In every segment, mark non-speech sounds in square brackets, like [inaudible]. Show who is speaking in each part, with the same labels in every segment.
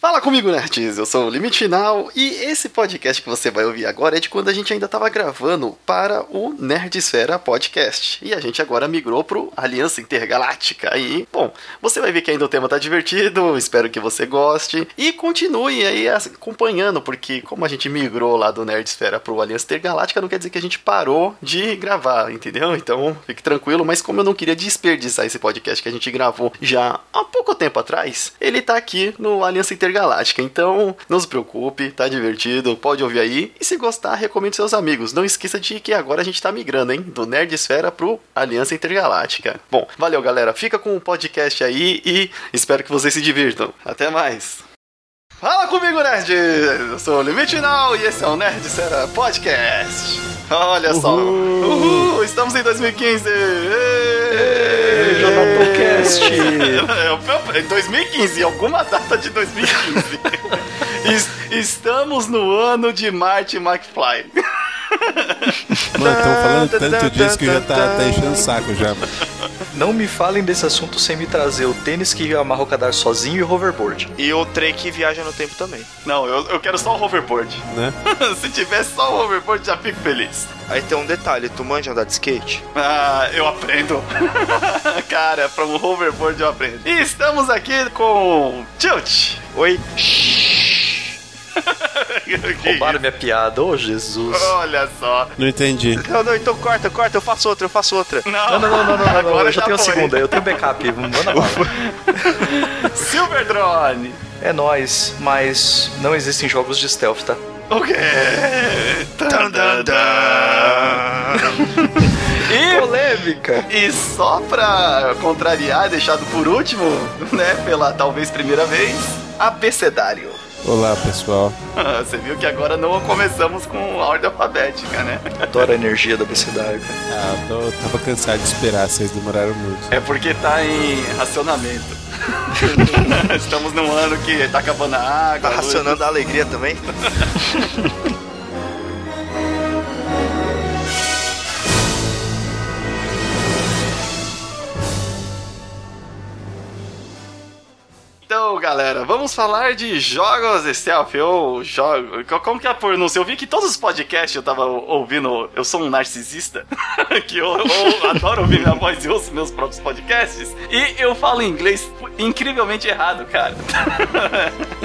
Speaker 1: Fala comigo, nerds! Eu sou o Limite Final e esse podcast que você vai ouvir agora é de quando a gente ainda estava gravando para o Nerdsfera Podcast. E a gente agora migrou pro Aliança Intergaláctica. E, bom, você vai ver que ainda o tema tá divertido, espero que você goste. E continue aí acompanhando, porque como a gente migrou lá do Nerdsfera pro Aliança Intergaláctica, não quer dizer que a gente parou de gravar, entendeu? Então, fique tranquilo, mas como eu não queria desperdiçar esse podcast que a gente gravou já há pouco tempo atrás, ele tá aqui no Aliança Intergaláctica Galáctica. Então, não se preocupe, tá divertido, pode ouvir aí. E se gostar, recomende seus amigos. Não esqueça de que agora a gente tá migrando, hein? Do Nerd Esfera pro Aliança Intergaláctica. Bom, valeu, galera. Fica com o podcast aí e espero que vocês se divirtam. Até mais. Fala comigo, nerd! Eu sou o Limite Final e esse é o Nerd Será Podcast. Olha Uhul. só. Uhul! Estamos em 2015!
Speaker 2: JonathanCast!
Speaker 1: [laughs] É 2015, alguma data de [laughs] 2015. Estamos no ano de Marty McFly.
Speaker 3: Mano, estão falando tanto disso que já tá, tá enchendo o saco já, mano.
Speaker 2: Não me falem desse assunto sem me trazer o tênis que amarra o cadarço sozinho e o hoverboard.
Speaker 4: E o trem que viaja no tempo também.
Speaker 1: Não, eu, eu quero só o hoverboard.
Speaker 3: Né?
Speaker 1: [laughs] Se tivesse só o hoverboard, já fico feliz.
Speaker 4: Aí tem um detalhe, tu manja andar de skate?
Speaker 1: Ah, eu aprendo. [laughs] Cara, para um hoverboard eu aprendo. E estamos aqui com Tilt. [laughs]
Speaker 4: Oi.
Speaker 2: Roubaram minha piada, ô oh, Jesus.
Speaker 1: Olha só.
Speaker 3: Não entendi.
Speaker 4: Não, não, então corta, corta, eu faço outra, eu faço outra.
Speaker 2: Não, não, não, não, não, não agora eu já, já tenho a segunda, eu
Speaker 4: [laughs]
Speaker 2: tenho backup, manda lá.
Speaker 1: Silver Drone.
Speaker 2: É nóis, mas não existem jogos de stealth, tá?
Speaker 1: O quê? Dun, dun, dun.
Speaker 2: E, polêmica.
Speaker 1: E só pra contrariar, deixado por último, né, pela talvez primeira vez, abecedário.
Speaker 3: Olá, pessoal.
Speaker 1: Ah, [laughs] você viu que agora não começamos com a ordem alfabética, né?
Speaker 2: Adoro a energia da obesidade, cara.
Speaker 3: Ah, tô, tava cansado de esperar, vocês demoraram
Speaker 1: [laughs]
Speaker 3: muito.
Speaker 1: É porque tá em
Speaker 4: [laughs]
Speaker 1: racionamento. Estamos num ano que tá acabando a água.
Speaker 4: Tá racionando a alegria também?
Speaker 1: Então, galera, vamos falar de jogos de stealth ou jogo. Como que é a pronúncia? Eu vi que todos os podcasts eu tava ouvindo. Eu sou um narcisista, [laughs] que eu, eu adoro ouvir minha voz e ouço meus próprios podcasts. E eu falo inglês incrivelmente errado,
Speaker 4: [laughs]
Speaker 1: cara.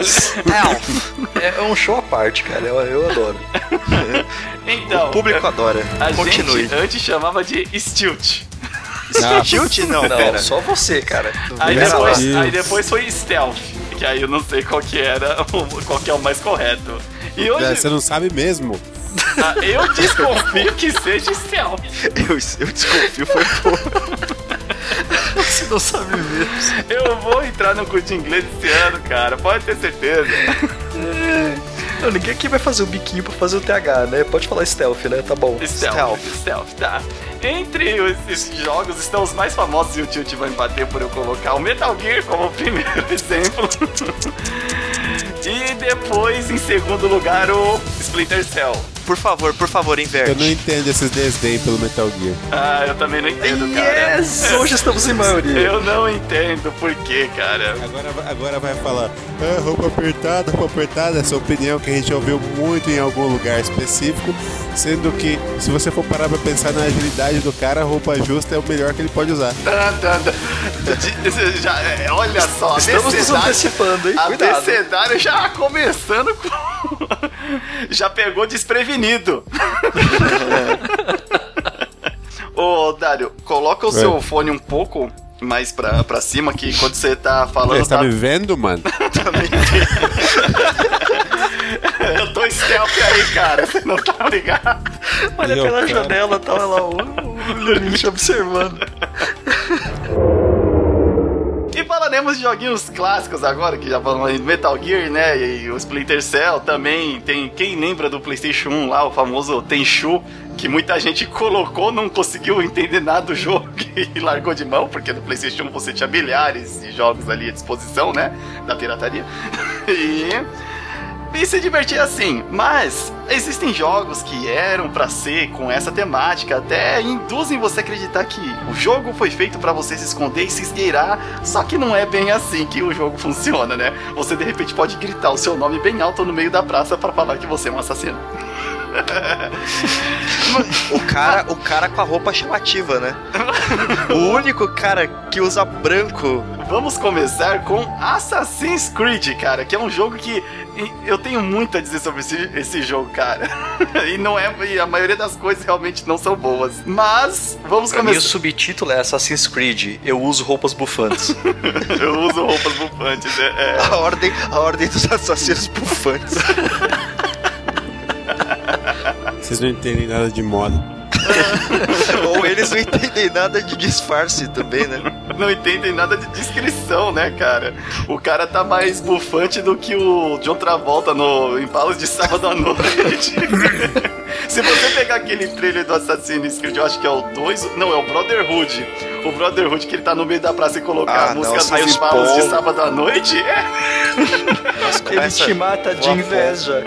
Speaker 2: Stealth [laughs] é um show à parte, cara. Eu, eu adoro.
Speaker 1: Então.
Speaker 4: O público adora.
Speaker 1: A
Speaker 4: Continue.
Speaker 1: gente antes chamava de Stilt.
Speaker 4: Tilt não,
Speaker 2: não
Speaker 4: pera.
Speaker 2: só você, cara.
Speaker 1: Aí
Speaker 2: [laughs]
Speaker 1: depois, aí depois, foi stealth, que aí eu não sei qual que era, [laughs] qual que é o mais correto.
Speaker 3: E hoje... é, Você não sabe mesmo.
Speaker 1: Ah, eu desconfio que seja stealth.
Speaker 4: Eu, eu desconfio, foi pouco.
Speaker 2: [laughs] Você não sabe mesmo.
Speaker 1: Eu vou entrar no curso de inglês esse ano, cara, pode ter certeza.
Speaker 2: Não, ninguém aqui vai fazer o biquinho pra fazer o TH, né? Pode falar stealth, né? Tá bom.
Speaker 1: Stealth. Stealth, stealth tá. Entre esses jogos estão os mais famosos e o Tilt vai bater por eu colocar o Metal Gear como [laughs] primeiro exemplo. e depois, em segundo lugar, o Splinter Cell.
Speaker 4: Por favor, por favor, inverte.
Speaker 3: Eu não entendo esses desdém pelo Metal Gear.
Speaker 1: Ah, eu também não entendo, cara.
Speaker 2: Yes! Hoje estamos em maioria.
Speaker 1: Eu não entendo por quê, cara.
Speaker 3: Agora, agora vai falar, ah, roupa apertada, roupa apertada, essa opinião que a gente ouviu muito em algum lugar específico, sendo que se você for parar pra pensar na agilidade do cara, roupa justa é o melhor que ele pode usar.
Speaker 1: Então Tá, já, é, olha só,
Speaker 2: estamos nos antecipando, hein?
Speaker 1: Cuidado. A Becedário já começando com... [laughs] já pegou desprevenido prevenido. [laughs] Ô, Dário, coloca o é. seu fone um pouco mais pra, pra cima, que quando você tá [laughs] falando. Você
Speaker 3: tá, tá me vendo, mano?
Speaker 1: tá me vendo. Eu tô stealth aí, cara. Você não tá ligado?
Speaker 2: Olha Meu pela cara. janela, tava tá lá o, o Lurinho observando.
Speaker 1: E falaremos de joguinhos clássicos agora, que já falamos aí do Metal Gear, né? E o Splinter Cell também. Tem quem lembra do PlayStation 1 lá, o famoso Tenchu, que muita gente colocou, não conseguiu entender nada do jogo [laughs] e largou de mão, porque no PlayStation 1 você tinha [laughs] milhares de jogos ali à disposição, né? Da pirataria. E. e se divertir assim. Mas existem jogos que eram pra ser com essa temática, até induzem você a acreditar que o jogo foi feito pra você se esconder e se esgueirar, só que não é bem assim que o jogo funciona, né? Você de repente pode gritar o seu nome bem alto no meio da praça pra falar que você é um assassino.
Speaker 4: O cara, o cara com a roupa chamativa, né? O único cara que usa branco.
Speaker 1: Vamos começar com Assassin's Creed, cara, que é um jogo que eu tenho muito a dizer sobre esse, esse jogo, cara. [laughs] E não é e a maioria das coisas realmente não são boas. Mas vamos
Speaker 2: Pra mim, o
Speaker 1: começar.
Speaker 2: subtítulo é Assassin's Creed. Eu uso roupas bufantes.
Speaker 1: [laughs] Eu uso roupas bufantes, é, é.
Speaker 4: A ordem, a ordem dos assassinos
Speaker 2: [laughs]
Speaker 4: bufantes.
Speaker 3: Vocês não entendem nada de moda.
Speaker 4: Ou eles não entendem nada de disfarce também, né?
Speaker 1: não entendem nada de descrição, né, cara? O cara tá mais bufante do que o John Travolta no Empalos de Sábado à Noite. [laughs] Se você pegar aquele trailer do Assassin's Creed, eu acho que é o 2, não, é o Brotherhood. O Brotherhood que ele tá no meio da praça e colocar
Speaker 4: Ah,
Speaker 1: a música
Speaker 4: não, sai
Speaker 1: dos
Speaker 4: os
Speaker 1: Empalos de
Speaker 4: pom.
Speaker 1: Sábado à Noite, é.
Speaker 2: Ele
Speaker 4: Começa-
Speaker 2: te mata de
Speaker 4: Boa
Speaker 2: inveja.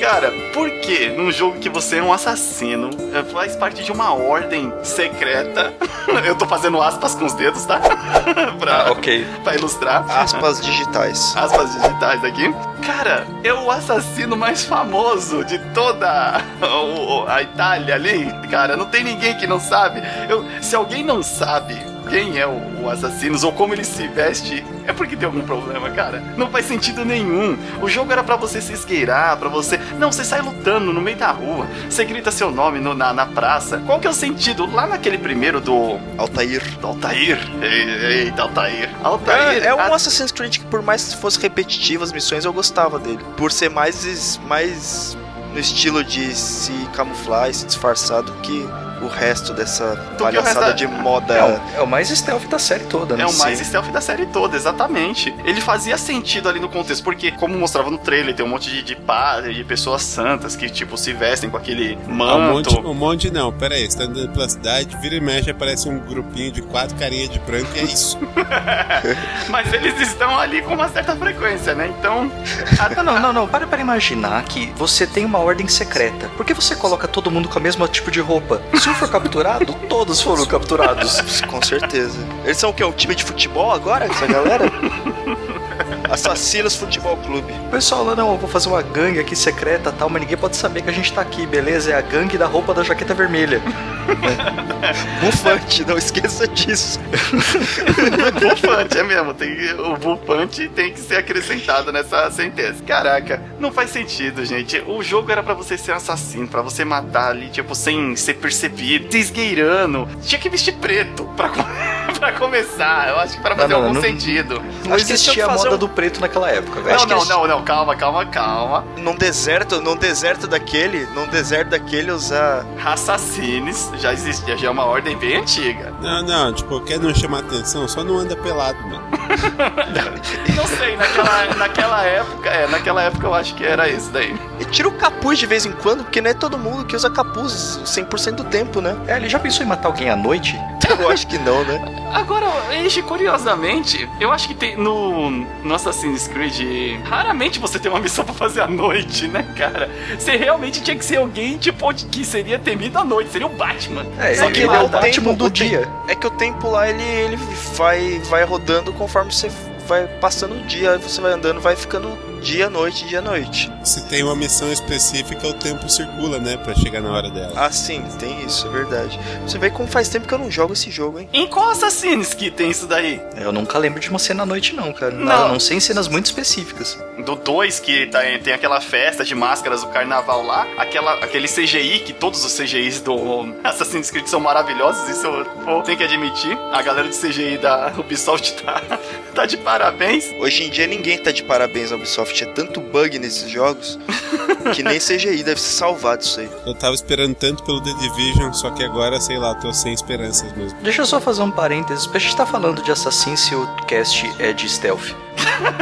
Speaker 1: Cara, por que num jogo que você é um assassino, é, faz parte de uma ordem secreta, [laughs] eu tô fazendo aspas com os dedos, tá? [laughs]
Speaker 2: Ah,
Speaker 1: pra,
Speaker 2: ok.
Speaker 1: pra ilustrar.
Speaker 4: Aspas digitais.
Speaker 1: aspas digitais aqui. Cara, é o assassino mais famoso de toda o- o- a Itália ali, cara. Não tem ninguém que não sabe. Eu- se alguém não sabe quem é o, o assassino ou como ele se veste, é porque tem algum problema, cara. Não faz sentido nenhum. O jogo era pra você se esgueirar, pra você. Não, você sai lutando no meio da rua, você grita seu nome no- na, na praça. Qual que é o sentido? Lá naquele primeiro do.
Speaker 4: Altair.
Speaker 1: do Altair. Ei- Eita, Altair. Altair.
Speaker 4: É, é um
Speaker 1: a-
Speaker 4: Assassin's Creed que, por mais que fosse repetitivas as missões, eu gostava dele. Por ser mais, es- mais no estilo de se camuflar e se disfarçar do que o resto dessa
Speaker 1: que o
Speaker 4: palhaçada
Speaker 1: resto-
Speaker 4: de moda.
Speaker 2: É, o- é o mais stealth da série toda, né?
Speaker 1: É o mais
Speaker 2: Sim.
Speaker 1: stealth da série toda, exatamente. Ele fazia sentido ali no contexto, porque, como mostrava no trailer, tem um monte de, de padre, de pessoas santas que, tipo, se vestem com aquele
Speaker 3: Ah, um,
Speaker 1: manto.
Speaker 3: monte, um monte não, pera aí. Você tá andando pela cidade, vira e mexe, aparece um grupinho de quatro carinhas de branco e é
Speaker 4: [laughs]
Speaker 3: isso.
Speaker 1: Mas eles estão ali com uma certa frequência, né? Então,
Speaker 2: Ah, não, não, não. Para para imaginar que você tem uma ordem secreta. Por que você coloca todo mundo com o mesmo tipo de roupa? Se um for capturado, [laughs] todos foram capturados.
Speaker 4: Com certeza. Eles são o quê? Um time de futebol agora? Essa galera? Assassinos Futebol Clube.
Speaker 2: O pessoal lá, não, eu vou fazer uma gangue aqui secreta tal, mas ninguém pode saber que a gente tá aqui, beleza? É a gangue da roupa da jaqueta vermelha.
Speaker 4: Bufante, Um não esqueça disso.
Speaker 1: bufante, é mesmo. Tem, o bufante tem que ser acrescentado nessa sentença. Caraca, não faz sentido, gente. O jogo era pra você ser um assassino, pra você matar ali, tipo, sem ser percebido, se esgueirando. Tinha que vestir preto pra, co- [laughs] pra começar. Eu acho que pra
Speaker 2: Não,
Speaker 1: fazer
Speaker 2: não,
Speaker 1: algum
Speaker 2: não-
Speaker 1: sentido.
Speaker 2: Não
Speaker 4: Acho que eles
Speaker 2: existia
Speaker 4: tinham
Speaker 2: a
Speaker 4: que fazer
Speaker 2: moda
Speaker 4: um-
Speaker 2: do preto naquela época, velho.
Speaker 1: Não,
Speaker 4: Acho que
Speaker 1: não,
Speaker 4: eles-
Speaker 1: não, não, calma, calma, calma.
Speaker 4: Num deserto, num deserto daquele, num deserto daquele usar.
Speaker 1: Assassines já existe, já é uma ordem bem antiga.
Speaker 3: Não, não, tipo, quer não chamar atenção, só não anda pelado, mano.
Speaker 1: Não sei, naquela, naquela época, é, naquela época eu acho que era isso daí.
Speaker 4: E tira o capuz de vez em quando, porque não é todo mundo que usa capuz 100% do tempo, né?
Speaker 2: É, ele já pensou em matar alguém à noite?
Speaker 4: Eu acho que não, né?
Speaker 1: Agora, Eiji, curiosamente, eu acho que tem no, no Assassin's Creed, raramente você tem uma missão pra fazer à noite, né, cara? Você realmente tinha que ser alguém, tipo, que seria temido à noite, seria o Batman.
Speaker 2: É,
Speaker 1: Só que
Speaker 2: ele
Speaker 1: lá
Speaker 2: é o
Speaker 1: tá-
Speaker 2: Batman do
Speaker 4: o te-
Speaker 2: dia.
Speaker 4: É que o tempo lá, ele, ele vai, vai rodando conforme você vai passando o dia, aí você vai andando, vai ficando dia, noite, dia, noite.
Speaker 3: Se tem uma missão específica, o tempo circula, né? Pra chegar na hora dela.
Speaker 4: Ah, sim, tem isso, é verdade. Você vê como faz tempo que eu não jogo esse jogo, hein?
Speaker 1: Em qual Assassin's que tem isso daí?
Speaker 2: Eu nunca lembro de uma cena à noite, não, cara.
Speaker 1: Não.
Speaker 2: A não ser em cenas muito específicas.
Speaker 1: Do 2, que tá- tem aquela festa de máscaras do carnaval lá, aquela, aquele CGI, que todos os CGIs do Assassin's Creed são maravilhosos, isso eu vou- tenho que admitir. A galera de CGI da Ubisoft [laughs] tá, tá de parabéns.
Speaker 4: Hoje em dia ninguém tá de parabéns à Ubisoft, é tanto bug nesses jogos que nem CGI deve ser salvado isso aí.
Speaker 3: Eu tava esperando tanto pelo The Division, só que agora, sei lá, tô sem esperanças mesmo.
Speaker 2: Deixa eu só fazer um parênteses, porque a gente tá falando de assassino se o cast é de stealth.
Speaker 1: [laughs]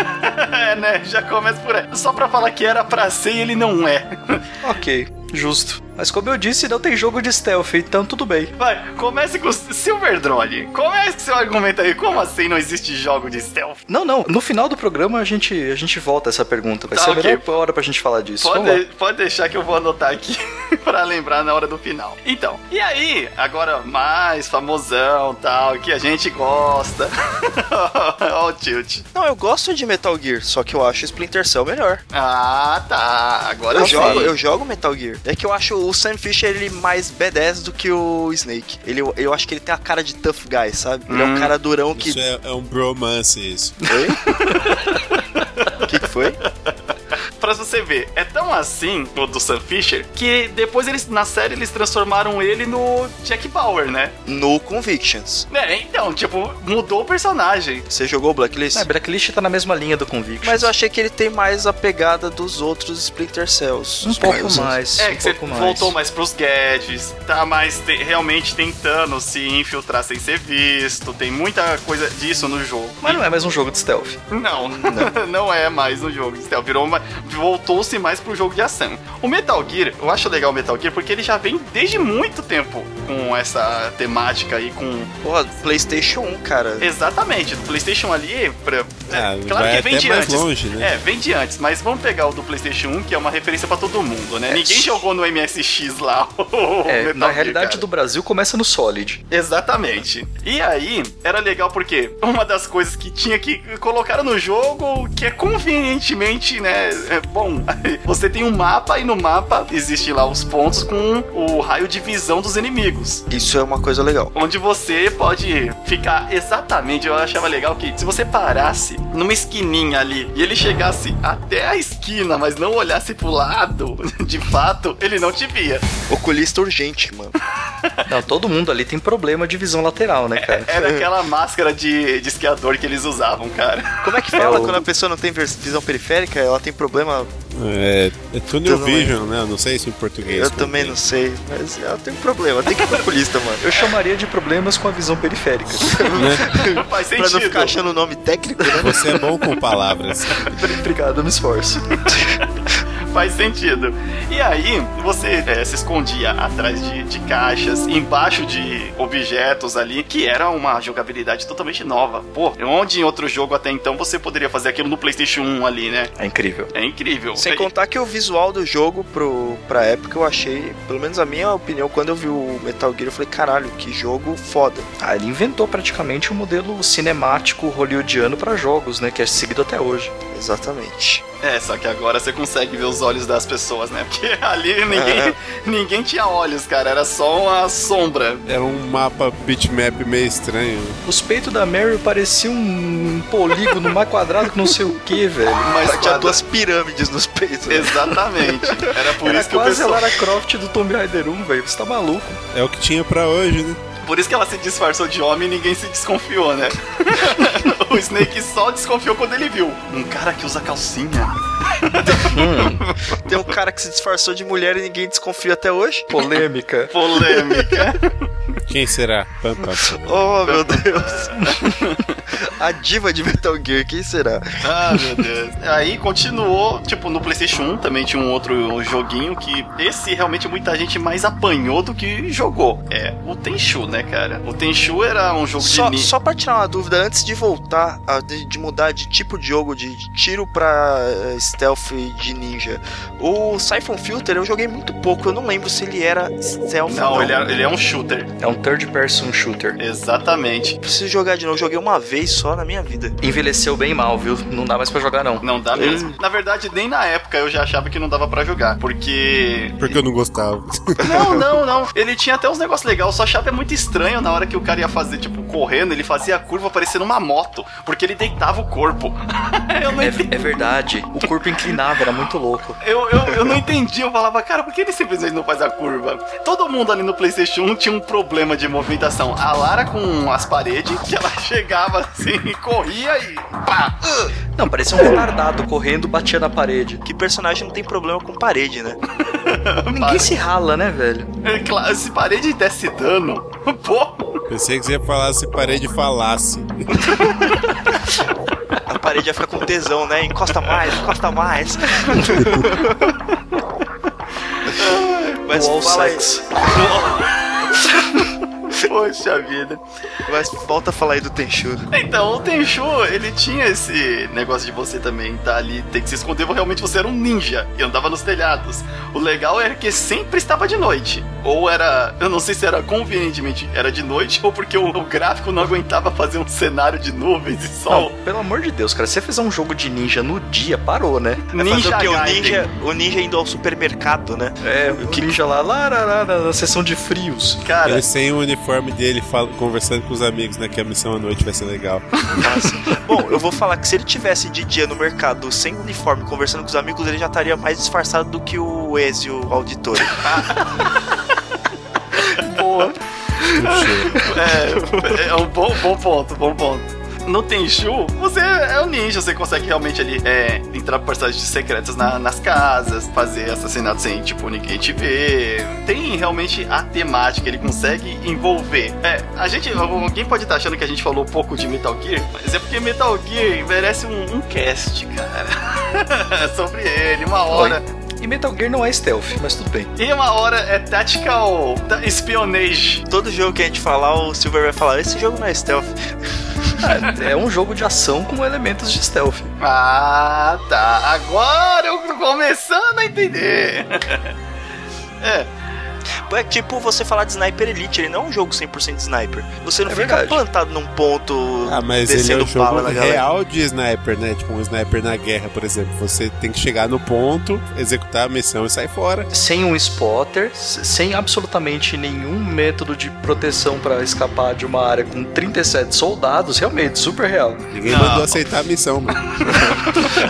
Speaker 1: É,
Speaker 4: [laughs]
Speaker 1: né? Já começa por aí. Só pra falar que era pra ser e ele não é.
Speaker 2: Ok, justo. Mas como eu disse, não tem jogo de stealth, então tudo bem.
Speaker 1: Vai, comece com o Silver Drone. Comece com seu argumento aí. Como assim não existe jogo de stealth?
Speaker 2: Não, não, no final do programa a gente, a gente volta essa pergunta. Vai
Speaker 1: Tá,
Speaker 2: ser a
Speaker 1: ok.
Speaker 2: melhor hora pra gente falar disso. Vamos lá.
Speaker 1: Pode, pode deixar que eu vou anotar aqui [laughs] pra lembrar na hora do final. Então, e aí? Agora mais famosão tal, que a gente gosta. [laughs] Ó o tilt.
Speaker 4: Não, eu gosto de Metal Gear, só que eu acho Splinter Cell melhor.
Speaker 1: Ah, tá. Agora
Speaker 4: Eu
Speaker 1: sim.
Speaker 4: jogo, eu jogo Metal Gear. É que eu acho o Sam Fisher ele mais badass do que o Snake. Ele, eu acho que ele tem a cara de tough guy, sabe? Ele é um
Speaker 1: Hum.
Speaker 4: cara durão que.
Speaker 3: Isso é, é um bromance,
Speaker 4: [laughs]
Speaker 3: isso.
Speaker 4: O que, que foi?
Speaker 1: Pra você ver, é tão assim o do Sam Fisher que depois eles na série eles transformaram ele no Jack Bauer, né?
Speaker 4: No Convictions.
Speaker 1: É, então, tipo, mudou o personagem.
Speaker 2: Um
Speaker 4: Você jogou o Blacklist?
Speaker 2: Ah, Blacklist tá na mesma linha do Conviction.
Speaker 4: Mas eu achei que ele tem mais a pegada dos outros Splinter Cells.
Speaker 2: um pouco mais.
Speaker 1: É,
Speaker 2: um
Speaker 1: que você
Speaker 2: pouco mais.
Speaker 1: voltou mais pros gadgets, tá mais te- realmente tentando se infiltrar sem ser visto. Tem muita coisa disso no jogo.
Speaker 2: Mas não é mais um jogo de stealth.
Speaker 1: Não, [laughs] não, é mais no jogo de stealth. Virou uma- voltou-se mais pro jogo de ação. O Metal Gear, eu acho legal o Metal Gear porque ele já vem desde muito tempo com essa temática aí, com.
Speaker 4: Porra, PlayStation 1, cara.
Speaker 1: Exatamente, do PlayStation ali. Pra,
Speaker 3: Ah,
Speaker 1: é,
Speaker 3: vai
Speaker 1: claro que vem
Speaker 3: até
Speaker 1: de
Speaker 3: mais
Speaker 1: antes.
Speaker 3: longe, né?
Speaker 1: É, vem de antes, mas vamos pegar o do PlayStation 1, que é uma referência pra todo mundo, né?
Speaker 4: É.
Speaker 1: Ninguém jogou no MSX lá. [laughs] o
Speaker 2: É,
Speaker 1: Metal
Speaker 2: na
Speaker 1: Gear,
Speaker 2: realidade
Speaker 1: cara.
Speaker 2: do Brasil começa no Solid.
Speaker 1: Exatamente. E aí, era legal porque uma das coisas que tinha que colocar no jogo, que é convenientemente, né? É bom, [laughs] você tem um mapa e no mapa existe lá os pontos com o raio de visão dos inimigos.
Speaker 4: Isso é uma coisa legal.
Speaker 1: Onde você pode ficar exatamente. Eu achava legal que se você parasse numa esquininha ali e ele chegasse até a esquina, mas não olhasse pro lado, [laughs] de fato, ele não te via.
Speaker 4: Oculista urgente, mano.
Speaker 2: Não, todo mundo ali tem problema de visão
Speaker 4: [laughs]
Speaker 2: lateral, né, cara?
Speaker 4: É,
Speaker 1: Era aquela máscara de, de esquiador que eles usavam, cara. [laughs]
Speaker 4: Como é que fala
Speaker 2: o-
Speaker 4: quando a pessoa não tem vers- visão periférica? Ela tem problema.
Speaker 3: É, é Tunnel
Speaker 4: Tudo bem.
Speaker 3: Vision, né? Eu Não sei isso em português.
Speaker 4: eu também não sei, mas ela tem um problema. Tem que ir pro oculista, mano.
Speaker 2: [laughs] Eu chamaria de problemas com a visão periférica.
Speaker 3: Né?
Speaker 1: Faz
Speaker 4: Pra
Speaker 1: sentido.
Speaker 4: não ficar achando o nome
Speaker 3: [laughs]
Speaker 4: técnico, né?
Speaker 3: Você é bom
Speaker 4: [laughs]
Speaker 3: com palavras.
Speaker 2: Obrigado, eu me esforço.
Speaker 1: Faz sentido. E aí, você é, se escondia atrás de, de caixas, embaixo de objetos ali, que era uma jogabilidade totalmente nova. Pô, onde em outro jogo até então você poderia fazer aquilo no PlayStation 1 ali, né?
Speaker 2: É incrível.
Speaker 1: É incrível.
Speaker 4: Sem
Speaker 1: É-
Speaker 4: contar que o visual do jogo pro, pra época eu achei, pelo menos a minha opinião, quando eu vi o Metal Gear, eu falei, caralho, que jogo foda.
Speaker 2: Ah, ele inventou praticamente o modelo cinemático hollywoodiano pra jogos, né? Que é seguido até hoje.
Speaker 4: Exatamente.
Speaker 1: É, só que agora você consegue ver os olhos das pessoas, né? [laughs] Porque ali ninguém,
Speaker 4: É.
Speaker 1: ninguém tinha olhos, cara. Era só uma sombra.
Speaker 3: É um mapa bitmap meio estranho.
Speaker 2: Os peitos da Mary pareciam um polígono mais quadrado que não sei o que, velho.
Speaker 1: Mas
Speaker 4: Ela tinha
Speaker 1: quadra-
Speaker 4: duas pirâmides nos peitos. né?
Speaker 1: Exatamente. Era por
Speaker 2: Era
Speaker 1: isso que o
Speaker 2: quase a
Speaker 1: pessoal.
Speaker 2: Lara Croft do Tomb Raider 1, velho. Você tá maluco?
Speaker 3: É o que tinha pra hoje, né?
Speaker 1: Por isso que ela se disfarçou de homem e ninguém se desconfiou, né? [laughs] o Snake só desconfiou quando ele viu. Um cara que usa calcinha.
Speaker 4: Tem um cara que se disfarçou de mulher e ninguém desconfia até hoje.
Speaker 2: Polêmica.
Speaker 1: Polêmica.
Speaker 3: Quem será? Pam, pam, pam.
Speaker 4: Oh, meu Deus. [laughs] a diva de Metal Gear, quem será?
Speaker 1: ah, meu Deus. Aí continuou, tipo, no PlayStation 1 também tinha um outro joguinho que esse realmente muita gente mais apanhou do que jogou. É, o Tenchu, né, cara? O Tenchu era um jogo
Speaker 4: Só,
Speaker 1: de ni-
Speaker 4: só pra tirar uma dúvida, antes de voltar, a- de, de mudar de tipo de jogo, de de tiro pra eh, stealth de ninja, o Siphon Filter eu joguei muito pouco, eu não lembro se ele era stealth ou
Speaker 1: Não, ele é, ele é um shooter.
Speaker 2: É um third person shooter.
Speaker 1: Exatamente.
Speaker 4: Preciso jogar de novo, joguei uma vez só na minha vida.
Speaker 2: Envelheceu bem mal, viu? Não dá mais pra jogar, não.
Speaker 1: Não dá mesmo. Na verdade, nem na época eu já achava que não dava pra jogar,
Speaker 4: [laughs]
Speaker 1: porque
Speaker 3: Porque eu não gostava.
Speaker 1: Não, não, não. Ele tinha até uns negócios legais. Eu só achava é muito estranho na hora que o cara ia fazer, tipo, correndo, ele fazia a curva parecendo uma moto, porque ele deitava o corpo. [laughs] eu não entendi.
Speaker 2: É, é verdade. O corpo inclinava, era muito louco.
Speaker 1: Eu, eu, eu não entendi, eu falava, cara, por que ele simplesmente não faz a curva? Todo mundo ali no PlayStation 1 tinha um problema de movimentação. A Lara com as paredes, que ela [laughs] chegava assim, e corria e pá!
Speaker 2: Não, parecia um retardado correndo, batia na parede.
Speaker 4: Que personagem não tem problema com parede, né?
Speaker 2: Ninguém se rala, né, velho?
Speaker 1: É claro, se parede desse dano, [laughs] pô,
Speaker 3: Pensei que você ia falar assim. se parei de falasse.
Speaker 4: A parede ia ficar com tesão, né?
Speaker 1: [laughs]
Speaker 4: Encosta mais, encosta mais. Mas
Speaker 2: dual
Speaker 4: fala aí.
Speaker 2: sex.
Speaker 1: Poxa vida.
Speaker 4: Mas volta a falar aí do Tenchu.
Speaker 1: Então, o Tenchu, ele tinha esse negócio de você também estar ali, ter que se esconder, mas realmente você era um ninja e andava nos telhados. O legal era que sempre estava de noite. Ou era, eu não sei se era convenientemente, era de noite, ou porque o, o gráfico não aguentava fazer um cenário de nuvens e sol.
Speaker 2: Não, pelo amor de Deus, cara, se você fizer um jogo de ninja no dia, parou, né?
Speaker 4: É fazer o que? O
Speaker 1: Gaiden.
Speaker 4: ninja, o ninja indo ao supermercado, né?
Speaker 2: É, o que ninja lá, lá, lá, lá, lá, na sessão de frios.
Speaker 1: Cara,
Speaker 3: Ele sem o uniforme dele, fala- conversando com os amigos, né? Que a missão à noite vai ser legal.
Speaker 4: Mas, bom, eu vou falar que se ele tivesse de dia no mercado sem uniforme, conversando com os amigos, ele já estaria mais disfarçado do que o Ezio auditor.
Speaker 1: boa. é, é um bom, bom ponto, bom ponto. No Tenchu, você é um ninja, você consegue realmente ali é, entrar por passagens secretas na- nas casas, fazer assassinatos sem, tipo, ninguém te ver. Tem realmente a temática, ele consegue envolver. É, a gente, alguém pode estar achando que a gente falou pouco de Metal Gear, mas é porque Metal Gear merece um, um cast, cara. [laughs] Sobre ele, uma hora.
Speaker 2: E Metal Gear não é stealth, mas tudo bem.
Speaker 1: E uma hora é Tactical ta- Espionage.
Speaker 4: Todo jogo que a gente falar, o Silver vai falar: esse jogo não é stealth.
Speaker 2: É um jogo de ação com elementos de stealth.
Speaker 1: Ah, tá. Agora eu tô começando a entender.
Speaker 4: É tipo você falar de Sniper Elite, ele não é um jogo 100% de sniper. Você não
Speaker 2: É
Speaker 4: fica
Speaker 2: verdade.
Speaker 4: plantado num ponto
Speaker 3: Ah, mas ele é
Speaker 4: descendo
Speaker 3: um jogo
Speaker 4: bala na galera.
Speaker 3: real de sniper, né? Tipo um sniper na guerra, por exemplo. Você tem que chegar no ponto, executar a missão e sair fora.
Speaker 2: Sem um spotter, s- sem absolutamente nenhum método de proteção pra escapar de uma área com 37 soldados, realmente, super real.
Speaker 3: Ninguém
Speaker 1: Não.
Speaker 3: mandou aceitar a missão, mano.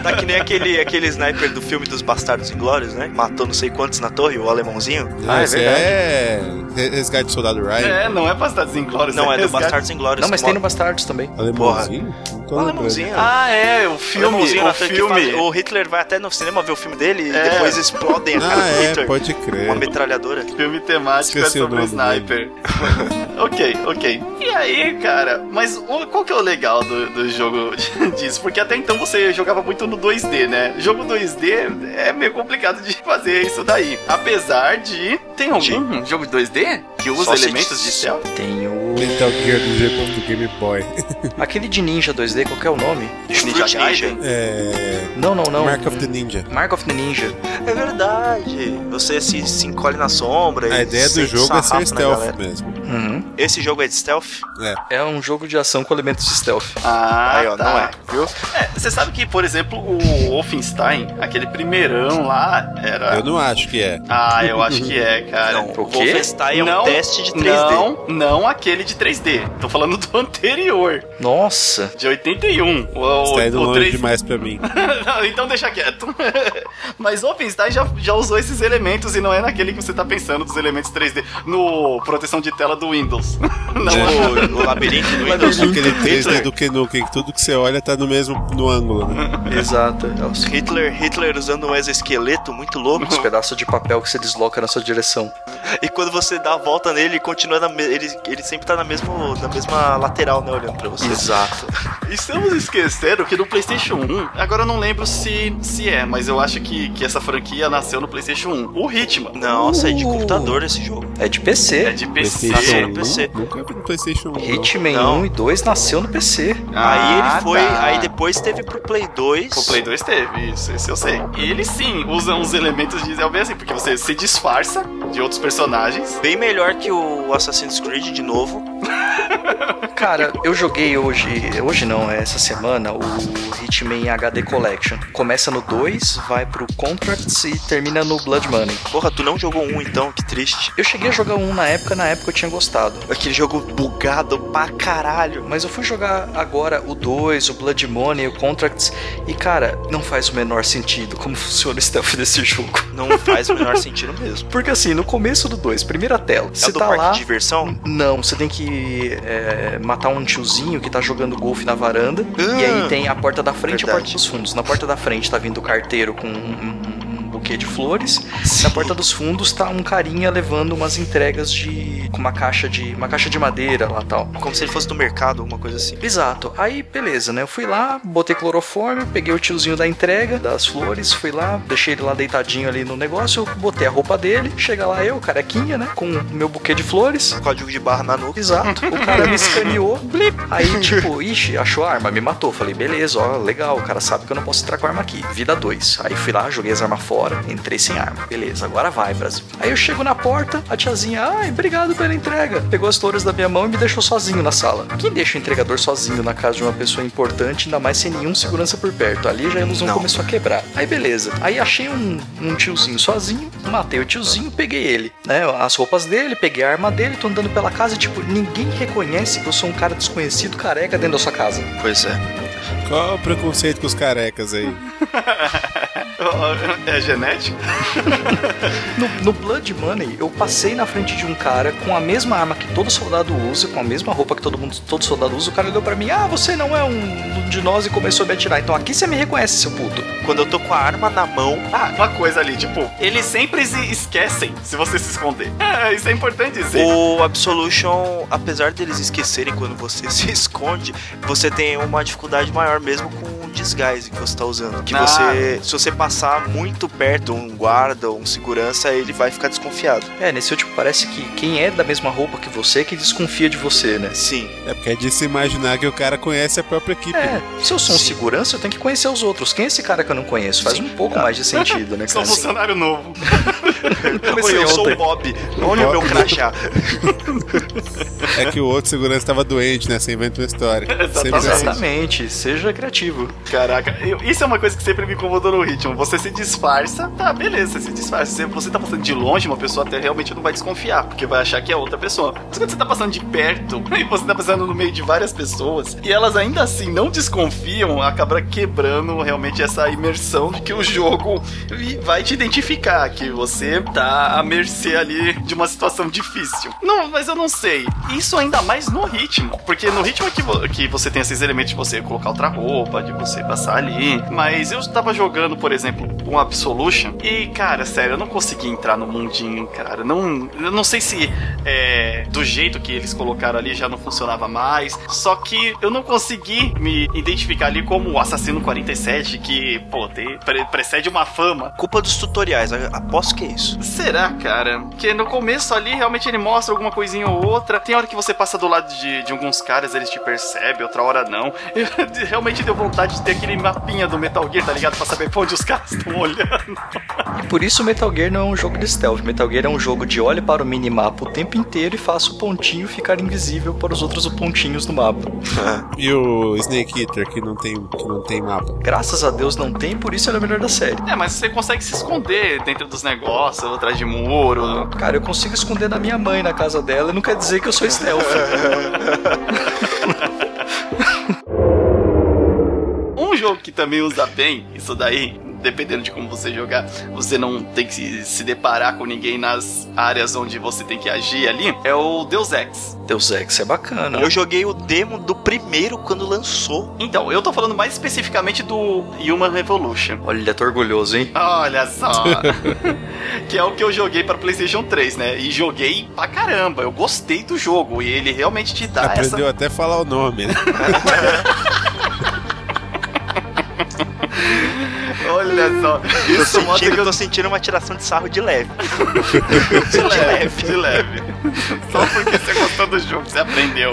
Speaker 4: Tá que nem aquele, aquele sniper do filme dos Bastardos Inglórios, né? Matou não sei quantos na torre, o alemãozinho.
Speaker 2: Ah, é
Speaker 3: Esse é re- resgate do soldado Ryan.
Speaker 1: É, não é pra estar desinglório.
Speaker 4: Não, é do
Speaker 1: resgate.
Speaker 4: Bastardos Inglórios.
Speaker 2: Não, mas
Speaker 4: que
Speaker 2: tem no
Speaker 4: mo-
Speaker 2: Bastardos também.
Speaker 3: Alemãozinho? Não tô
Speaker 4: o
Speaker 3: lembrando.
Speaker 4: alemãozinho.
Speaker 1: Ah, é, o
Speaker 4: O
Speaker 1: filme.
Speaker 4: alemãozinho
Speaker 1: O
Speaker 4: na torre que
Speaker 1: filme.
Speaker 4: faz- o Hitler vai até no cinema ver o filme dele
Speaker 1: É.
Speaker 4: e depois explodem a né? cara
Speaker 3: Ah,
Speaker 4: do
Speaker 3: é,
Speaker 4: Hitler.
Speaker 3: pode
Speaker 4: Uma
Speaker 3: crer.
Speaker 4: metralhadora.
Speaker 1: Filme temático
Speaker 3: Esqueci
Speaker 1: é
Speaker 3: o
Speaker 1: sobre
Speaker 3: nome
Speaker 1: sniper. [laughs] ok, ok. E aí, cara, mas o- qual que é o legal do, do jogo [laughs] disso? Porque até então você jogava muito no 2D, né? Jogo 2D é meio complicado de fazer isso daí. Apesar de. Tem algum jogo 2D que usa
Speaker 4: Só se-
Speaker 1: elementos de céu?
Speaker 2: Tem
Speaker 3: [laughs]
Speaker 2: o.
Speaker 3: Metal Gear do G- do Game Boy.
Speaker 2: Aquele de Ninja 2D, qual que é o nome?
Speaker 1: Ninja
Speaker 4: Fruit
Speaker 1: Gaiden?
Speaker 3: É.
Speaker 2: Não, não, não.
Speaker 3: Mark of the Ninja.
Speaker 2: Mark of the Ninja.
Speaker 4: É verdade. Você se, se encolhe na sombra.
Speaker 3: A
Speaker 4: e
Speaker 3: ideia do
Speaker 4: sente
Speaker 3: jogo é
Speaker 4: sarrafo na
Speaker 3: ser stealth
Speaker 4: galera.
Speaker 3: mesmo.
Speaker 2: Uhum.
Speaker 4: Esse jogo é de stealth?
Speaker 2: É um jogo de ação com elementos de stealth.
Speaker 1: Ah,
Speaker 4: Aí, ó,
Speaker 1: tá.
Speaker 4: não é. Viu?
Speaker 1: É, você sabe que, por exemplo, o Wolfenstein, aquele primeirão lá, era.
Speaker 3: Eu não acho que é.
Speaker 1: Ah, eu acho que é, cara.
Speaker 4: não,
Speaker 2: o quê?
Speaker 4: Wolfenstein é
Speaker 1: Não,
Speaker 4: um teste de 3D.
Speaker 1: Não, não aquele de 3D. Tô falando do [laughs] anterior,
Speaker 2: Nossa!
Speaker 1: de 81. O,
Speaker 3: Você
Speaker 1: o,
Speaker 3: tá indo
Speaker 1: o
Speaker 3: longe
Speaker 1: 3...
Speaker 3: demais pra mim.
Speaker 1: [laughs] Não, então deixa quieto. [laughs] Mas o Wolfenstein já, já usou esses elementos e não é naquele que você tá pensando dos elementos 3D. No proteção de tela do Windows. [laughs] Não,
Speaker 4: O, o labirinto do Windows.
Speaker 3: é Aquele 3D do Kenuken, que tudo que você olha tá no mesmo no ângulo, né?
Speaker 2: Exato. É os,
Speaker 4: Hitler, Hitler usando um exoesqueleto muito louco.
Speaker 2: os pedaços de papel que se desloca na sua direção.
Speaker 4: E quando você dá a volta nele, ele continua na me- ele, ele sempre tá na mesma, na mesma lateral, né? Olhando pra você.
Speaker 2: Exato.
Speaker 1: Estamos esquecendo que no PlayStation 1, agora eu não lembro se, se é, mas eu acho que, que essa franquia nasceu no PlayStation 1. O Hitman.
Speaker 4: Nossa, é de
Speaker 2: Uh.
Speaker 4: computador esse jogo.
Speaker 2: É de
Speaker 1: É
Speaker 2: PC.
Speaker 1: de PC.
Speaker 3: PlayStation
Speaker 4: no PC.
Speaker 3: um? Nunca vi no PlayStation 1. não.
Speaker 2: Hitman
Speaker 4: Não.
Speaker 2: 1 e 2 nasceu no PC.
Speaker 4: aí ele foi.
Speaker 1: tá.
Speaker 4: Aí depois teve pro Play 2.
Speaker 1: O Play 2 teve, isso, isso eu sei. E ele sim usa uns elementos de Zelda assim, porque você se disfarça de outros personagens. [laughs]
Speaker 4: Bem melhor que o Assassin's Creed de novo.
Speaker 2: Cara, eu joguei hoje, hoje não, é essa semana, o Hitman HD Collection. Começa no 2, vai pro Contracts e termina no Blood Money.
Speaker 4: Porra, tu não jogou um então, que triste.
Speaker 2: Eu cheguei a jogar um na época, na época eu tinha gostado.
Speaker 4: Aquele jogo bugado pra caralho.
Speaker 2: Mas eu fui jogar agora o 2, o Blood Money, o Contracts, e cara, não faz o menor sentido como funciona o stealth desse jogo.
Speaker 4: Não faz o menor sentido mesmo.
Speaker 2: Porque assim, no começo do 2, primeira tela,
Speaker 4: É o
Speaker 2: você
Speaker 4: do
Speaker 2: tá
Speaker 4: parque
Speaker 2: lá.
Speaker 4: de diversão?
Speaker 2: Não, você tem que é, matar um tiozinho que tá jogando golfe na varanda.
Speaker 4: Ah,
Speaker 2: e aí tem a porta da frente e a
Speaker 4: verdade.
Speaker 2: porta dos fundos. Na porta da frente tá vindo o carteiro com um, um- um buquê de flores. Na porta dos fundos tá um carinha levando umas entregas de. com uma caixa de. uma caixa de madeira lá tal.
Speaker 4: Como se ele fosse do mercado, alguma coisa assim.
Speaker 2: Exato. Aí, beleza, né? Eu fui lá, botei clorofórmio, peguei o tiozinho da entrega, das flores, fui lá, deixei ele lá deitadinho ali no negócio, botei a roupa dele, chega lá eu, carequinha, né? Com o meu buquê de flores.
Speaker 4: Código de barra na nuca.
Speaker 2: Exato. O cara
Speaker 4: [laughs]
Speaker 2: me escaneou, blip. Aí, tipo, ixi, achou a arma, me matou. Falei, beleza, ó, legal, o cara sabe que eu não posso entrar com a arma aqui. Vida 2. Aí fui lá, joguei as armas fora, entrei sem arma. Beleza, agora vai, Brasil. Aí eu chego na porta, a tiazinha, ai, obrigado pela entrega. Pegou as flores da minha mão e me deixou sozinho na sala. Quem deixa o entregador sozinho na casa de uma pessoa importante, ainda mais sem nenhum segurança por perto? Ali já a ilusão
Speaker 4: Não.
Speaker 2: começou a quebrar. Aí beleza. Aí achei um, um tiozinho sozinho, matei o tiozinho, peguei ele, né? As roupas dele, peguei a arma dele, tô andando pela casa e, tipo, ninguém reconhece que eu sou um cara desconhecido careca dentro da sua casa.
Speaker 4: Pois é.
Speaker 3: Qual é o preconceito com os carecas aí?
Speaker 1: É genético?
Speaker 2: No, no Blood Money, eu passei na frente de um cara com a mesma arma que todo soldado usa, com a mesma roupa que todo mundo, todo soldado usa. O cara olhou pra mim: Ah, você não é um de nós e começou a me atirar. Então aqui você me reconhece, seu puto.
Speaker 4: Quando eu tô com a arma na mão,
Speaker 1: Ah, uma coisa ali, tipo, eles sempre se esquecem se você se esconder. [laughs] É, isso é importante dizer.
Speaker 4: O Absolution, apesar deles esquecerem quando você [laughs] se esconde, você tem uma dificuldade maior mesmo com o disguise que você tá usando. Que
Speaker 1: Ah.
Speaker 4: você, se você passar muito perto um guarda ou um segurança, ele vai ficar desconfiado.
Speaker 2: É, nesse último parece que quem é da mesma roupa que você que desconfia de você, né?
Speaker 4: Sim.
Speaker 3: É porque é de se imaginar que o cara conhece a própria equipe. né?
Speaker 2: É, se eu sou um
Speaker 4: Sim.
Speaker 2: segurança, eu tenho que conhecer os outros. Quem é esse cara que eu não conheço? Faz um
Speaker 4: Ah.
Speaker 2: pouco mais de
Speaker 4: [laughs]
Speaker 2: sentido, né,
Speaker 1: Sou um
Speaker 2: cara?
Speaker 1: funcionário novo.
Speaker 4: Oi, eu sou o Bob. Olha o meu crachá.
Speaker 3: É que o outro segurança tava doente, né? Você inventa uma história. Sempre assim.
Speaker 2: Exatamente, seja criativo.
Speaker 1: Caraca, eu- isso é uma coisa que sempre me incomodou no ritmo. Você se disfarça, tá, beleza, você se disfarça. Se você tá passando de longe, uma pessoa até realmente não vai desconfiar, porque vai achar que é outra pessoa. Mas quando você tá passando de perto, [laughs] e você tá passando no meio de várias pessoas, e elas ainda assim não desconfiam, acaba quebrando realmente essa imersão de que o jogo vi- vai te identificar, que você tá à mercê ali de uma situação difícil. Não, mas eu não sei. Isso ainda mais no ritmo, porque no ritmo que, vo- que você tem esses elementos de você colocar outra roupa, de você passar ali. Mas eu tava jogando, por exemplo, um Absolution, e cara, sério, eu não consegui entrar no mundinho, cara. Não, eu não sei se é, do jeito que eles colocaram ali já não funcionava mais. Só que eu não consegui me identificar ali como o Assassino 47, que, pô, tem- pre- precede uma fama.
Speaker 4: Culpa dos tutoriais, eu aposto que é isso.
Speaker 1: Será, cara? Porque no começo ali realmente ele mostra alguma coisinha ou outra. Tem hora que você passa do lado de, de alguns caras, eles te percebem, outra hora não. Eu- [laughs] realmente deu vontade de ter aquele mapinha do Metal Gear, tá ligado? Pra saber pra onde os caras estão olhando.
Speaker 2: E por isso Metal Gear não é um jogo de stealth. Metal Gear é um jogo de olhe para o minimapa o tempo inteiro e faça o pontinho ficar invisível para os outros pontinhos no mapa.
Speaker 3: E o Snake Eater, que não tem, que não tem mapa.
Speaker 2: Graças a Deus não tem, por isso ele é o melhor da série.
Speaker 1: É, mas você consegue se esconder dentro dos negócios, atrás de muro.
Speaker 2: Cara, eu consigo esconder da minha mãe na casa dela e não quer dizer que eu sou
Speaker 4: [laughs]
Speaker 2: stealth.
Speaker 1: Um jogo que também usa bem isso daí, dependendo de como você jogar, você não tem que se, se deparar com ninguém nas áreas onde você tem que agir ali, é o Deus Ex.
Speaker 2: Deus Ex é bacana.
Speaker 4: Eu joguei o demo do primeiro quando [laughs] lançou.
Speaker 1: Então, eu tô falando mais especificamente do Human Revolution.
Speaker 2: Olha, tô orgulhoso, hein?
Speaker 1: Olha só! que é o que eu joguei para PlayStation 3, né? E joguei pra caramba. Eu gostei do jogo e ele realmente te dá Ah, essa
Speaker 3: Aprendeu até a falar o nome, né?
Speaker 1: Olha só.
Speaker 4: Tô
Speaker 1: Isso mostra
Speaker 4: sentindo,
Speaker 1: que eu
Speaker 4: tô sentindo uma tiração de sarro de leve.
Speaker 1: De leve, de leve. Só porque você gostou do jogo, você aprendeu.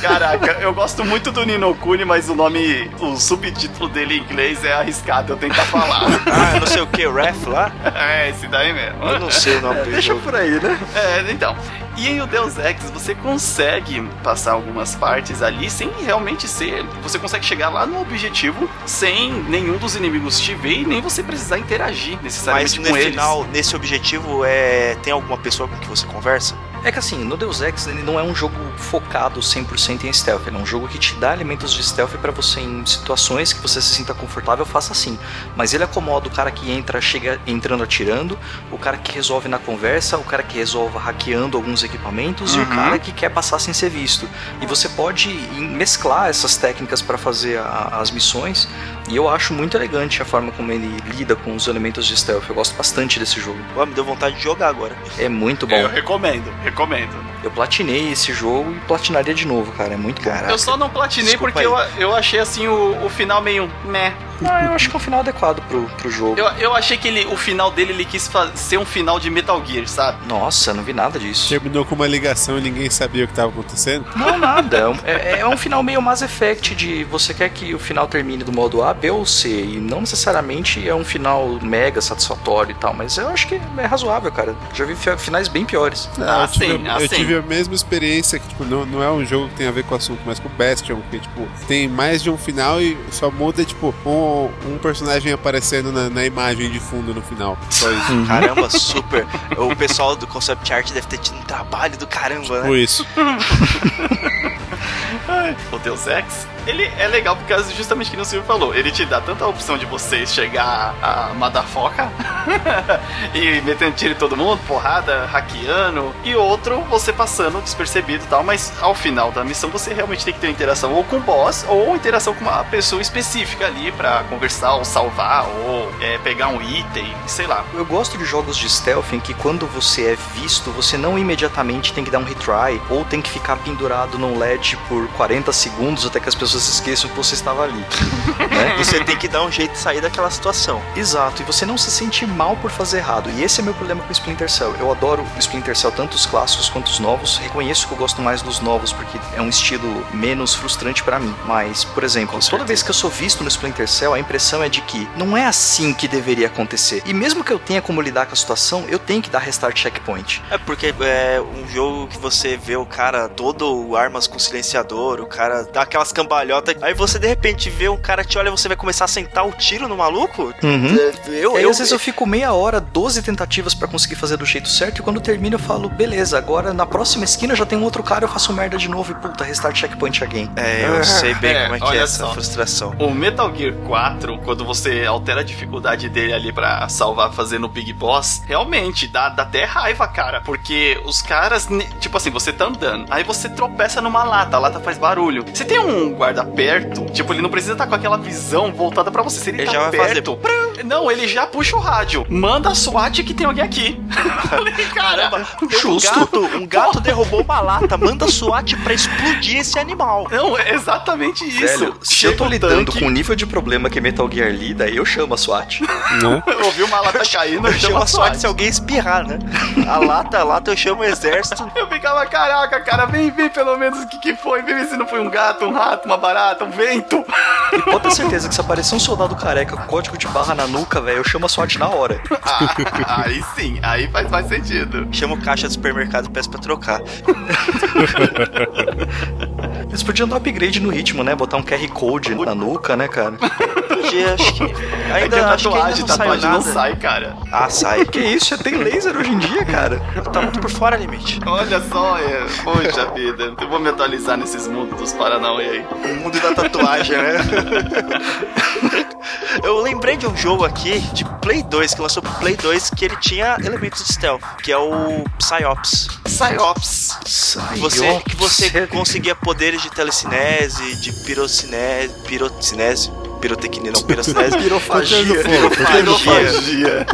Speaker 1: Caraca, eu gosto muito do Nino Kuni, mas o nome, o subtítulo dele em inglês é arriscado eu tentar [laughs] falar.
Speaker 4: Ah, [laughs] não sei o que, ref lá?
Speaker 1: é, esse daí mesmo.
Speaker 4: Eu não sei o nome do
Speaker 2: Deixa
Speaker 4: jogo.
Speaker 2: por aí, né?
Speaker 1: É, então. E em o Deus Ex, você consegue passar algumas partes ali sem realmente ser. Você consegue chegar lá no objetivo sem nenhum dos inimigos te ver e nem você precisar interagir
Speaker 4: Mas
Speaker 1: necessariamente
Speaker 4: no
Speaker 1: com eles.
Speaker 4: final, nesse objetivo, é tem alguma pessoa com que você conversa?
Speaker 2: É que assim, no Deus Ex ele não é um jogo focado 100% em stealth, ele é um jogo que te dá elementos de stealth pra você em situações que você se sinta confortável, faça assim. Mas ele acomoda o cara que entra, chega entrando atirando, o cara que resolve na conversa, o cara que resolve hackeando alguns equipamentos e
Speaker 1: Uhum.
Speaker 2: o cara que quer passar sem ser visto. E você pode em- mesclar essas técnicas pra fazer a- as missões E eu acho muito elegante a forma como ele lida com os elementos de stealth. Eu gosto bastante desse jogo.
Speaker 4: Ué, me deu vontade de jogar agora.
Speaker 2: É muito bom.
Speaker 1: Eu recomendo, recomendo.
Speaker 2: Eu platinei esse jogo e platinaria de novo, cara. É muito bom.
Speaker 4: Caraca.
Speaker 1: Eu só não platinei
Speaker 4: Desculpa
Speaker 1: porque eu, eu achei assim o, o final meio meh.
Speaker 2: Ah, eu acho que é um final adequado pro, pro jogo.
Speaker 1: Eu, eu achei que ele, o final dele ele quis fa- ser um final de Metal Gear, sabe?
Speaker 2: Nossa, não vi nada disso.
Speaker 3: Terminou com uma ligação e ninguém sabia o que estava acontecendo?
Speaker 2: Não, nada. É um- É, é um final meio Mass Effect de você quer que o final termine do modo A, B ou C. E não necessariamente é um final mega satisfatório e tal, mas eu acho que é razoável, cara. Já vi fi- finais bem piores.
Speaker 3: Não, eu,
Speaker 1: Ah,
Speaker 3: tive,
Speaker 1: sim,
Speaker 3: eu
Speaker 1: ah, sim.
Speaker 3: tive a mesma experiência que, tipo, não, não é um jogo que tem a ver com o assunto, mas com o Bastion, que, tipo, tem mais de um final e só muda, tipo, um, um personagem aparecendo na, na imagem de fundo no final. Só isso.
Speaker 4: [laughs] Caramba, super. O pessoal do concept art deve ter tido um trabalho do caramba, né?
Speaker 3: Por Tipo isso.
Speaker 1: O Deus Ex, ele é legal por causa justamente que o Silvio falou. Ele te dá tanta opção de vocês chegar a madafoca [laughs] e metendo tiro em todo mundo, porrada, hackeando, e outro você passando despercebido e tal, mas ao final da missão você realmente tem que ter uma interação ou com o boss ou interação com uma pessoa específica ali pra conversar ou salvar ou é, pegar um item, sei lá.
Speaker 2: Eu gosto de jogos de stealth em que quando você é visto, você não imediatamente tem que dar um retry ou tem que ficar pendurado num LED por 40 segundos até que as pessoas esqueçam que você estava ali. [laughs] né?
Speaker 4: Você tem que dar um jeito de sair daquela situação.
Speaker 2: Exato, e você não se sente mal por fazer errado. E esse é meu problema com Splinter Cell. Eu adoro Splinter Cell, tanto os clássicos quanto os novos. Reconheço que eu gosto mais dos novos, porque é um estilo menos frustrante pra mim. Mas, por exemplo, toda vez que eu sou visto no Splinter Cell, a impressão é de que não é assim que deveria acontecer. E mesmo que eu tenha como lidar com a situação, eu tenho que dar restart checkpoint.
Speaker 4: É porque é um jogo que você vê o cara todo armas com silenciador, o cara dá aquelas cambalhotas. Aí você de repente vê um cara te olha e você vai começar a sentar o tiro no maluco?
Speaker 2: Uhum.
Speaker 4: É, Eu,
Speaker 2: Aí,
Speaker 4: eu,
Speaker 2: às vezes eu fico meia hora, 12 tentativas pra conseguir fazer do jeito certo, e quando termino eu falo, beleza, agora na próxima esquina já tem um outro cara, eu faço merda de novo e puta, restart checkpoint again.
Speaker 4: É, eu sei bem
Speaker 1: É,
Speaker 4: como é que é
Speaker 1: olha
Speaker 4: essa
Speaker 1: só.
Speaker 4: frustração.
Speaker 1: O Metal Gear 4, quando você altera a dificuldade dele ali pra salvar fazendo o Big Boss, realmente dá, dá até raiva, cara. Porque os caras, ne- tipo assim, você tá andando, aí você tropeça numa lata, a lata faz barulho. Você tem um guarda perto, tipo, ele não precisa estar com aquela visão voltada pra você. Se ele,
Speaker 4: Ele
Speaker 1: tá
Speaker 4: já vai
Speaker 1: perto, prum, não, ele já puxa o rádio. Manda a SWAT que tem alguém aqui. [laughs] Falei, Caramba,
Speaker 4: Tem Um gato, um gato derrubou uma lata, manda a SWAT pra explodir esse animal.
Speaker 1: Não, é exatamente isso.
Speaker 2: Velho, se
Speaker 1: Chega
Speaker 2: eu tô
Speaker 1: o
Speaker 2: lidando
Speaker 1: tanque,
Speaker 2: com o nível de problema que é Metal Gear lida, eu chamo a SWAT.
Speaker 3: Né?
Speaker 1: [laughs] Eu ouvi uma lata caindo,
Speaker 4: Eu
Speaker 1: eu
Speaker 4: chamo a um SWAT
Speaker 1: SWAT.
Speaker 4: se alguém espirrar, né? A lata, a lata eu chamo o exército.
Speaker 1: Eu ficava, caraca, cara, vem ver pelo menos o que, que foi. Vem ver se não foi um gato, um rato, uma barata, um vento. [laughs]
Speaker 2: E pode ter certeza que se aparecer um soldado careca com código de barra na nuca, velho, eu chamo a SWAT na hora.
Speaker 1: Ah, aí sim, aí faz mais sentido.
Speaker 4: Chama o caixa do supermercado e peço pra
Speaker 1: [laughs]
Speaker 4: trocar.
Speaker 2: Eles podiam dar upgrade no ritmo, né? Botar um QR Code na nuca, né, cara?
Speaker 1: [laughs]
Speaker 4: Hoje, acho que.
Speaker 1: Aí
Speaker 4: Ainda
Speaker 1: tem a
Speaker 4: acho que ainda
Speaker 1: tatuagem,
Speaker 4: não
Speaker 1: tatuagem
Speaker 4: saiu
Speaker 1: não
Speaker 4: nada.
Speaker 1: sai, cara.
Speaker 4: Ah, sai.
Speaker 2: Que isso, já tem laser hoje em dia, cara.
Speaker 4: Tá muito por fora, limite.
Speaker 1: Olha só, é. Poxa vida, eu vou me atualizar nesses mundos dos Paranauê aí.
Speaker 4: O mundo da tatuagem, né? [laughs] Eu lembrei de um jogo aqui de Play 2, que lançou pro Play 2, que ele tinha elementos de stealth, que é o Psyops.
Speaker 1: [laughs] Psyops.
Speaker 4: Que Você, que você
Speaker 2: Psyops.
Speaker 4: conseguia poderes de telecinese, de pirocinese, pirocinese, pirotecnia,
Speaker 2: [laughs]
Speaker 4: não, pirocinese,
Speaker 3: Tocando
Speaker 2: Pirofagia.
Speaker 3: fogo, tocando fogo.
Speaker 1: Pirofagia.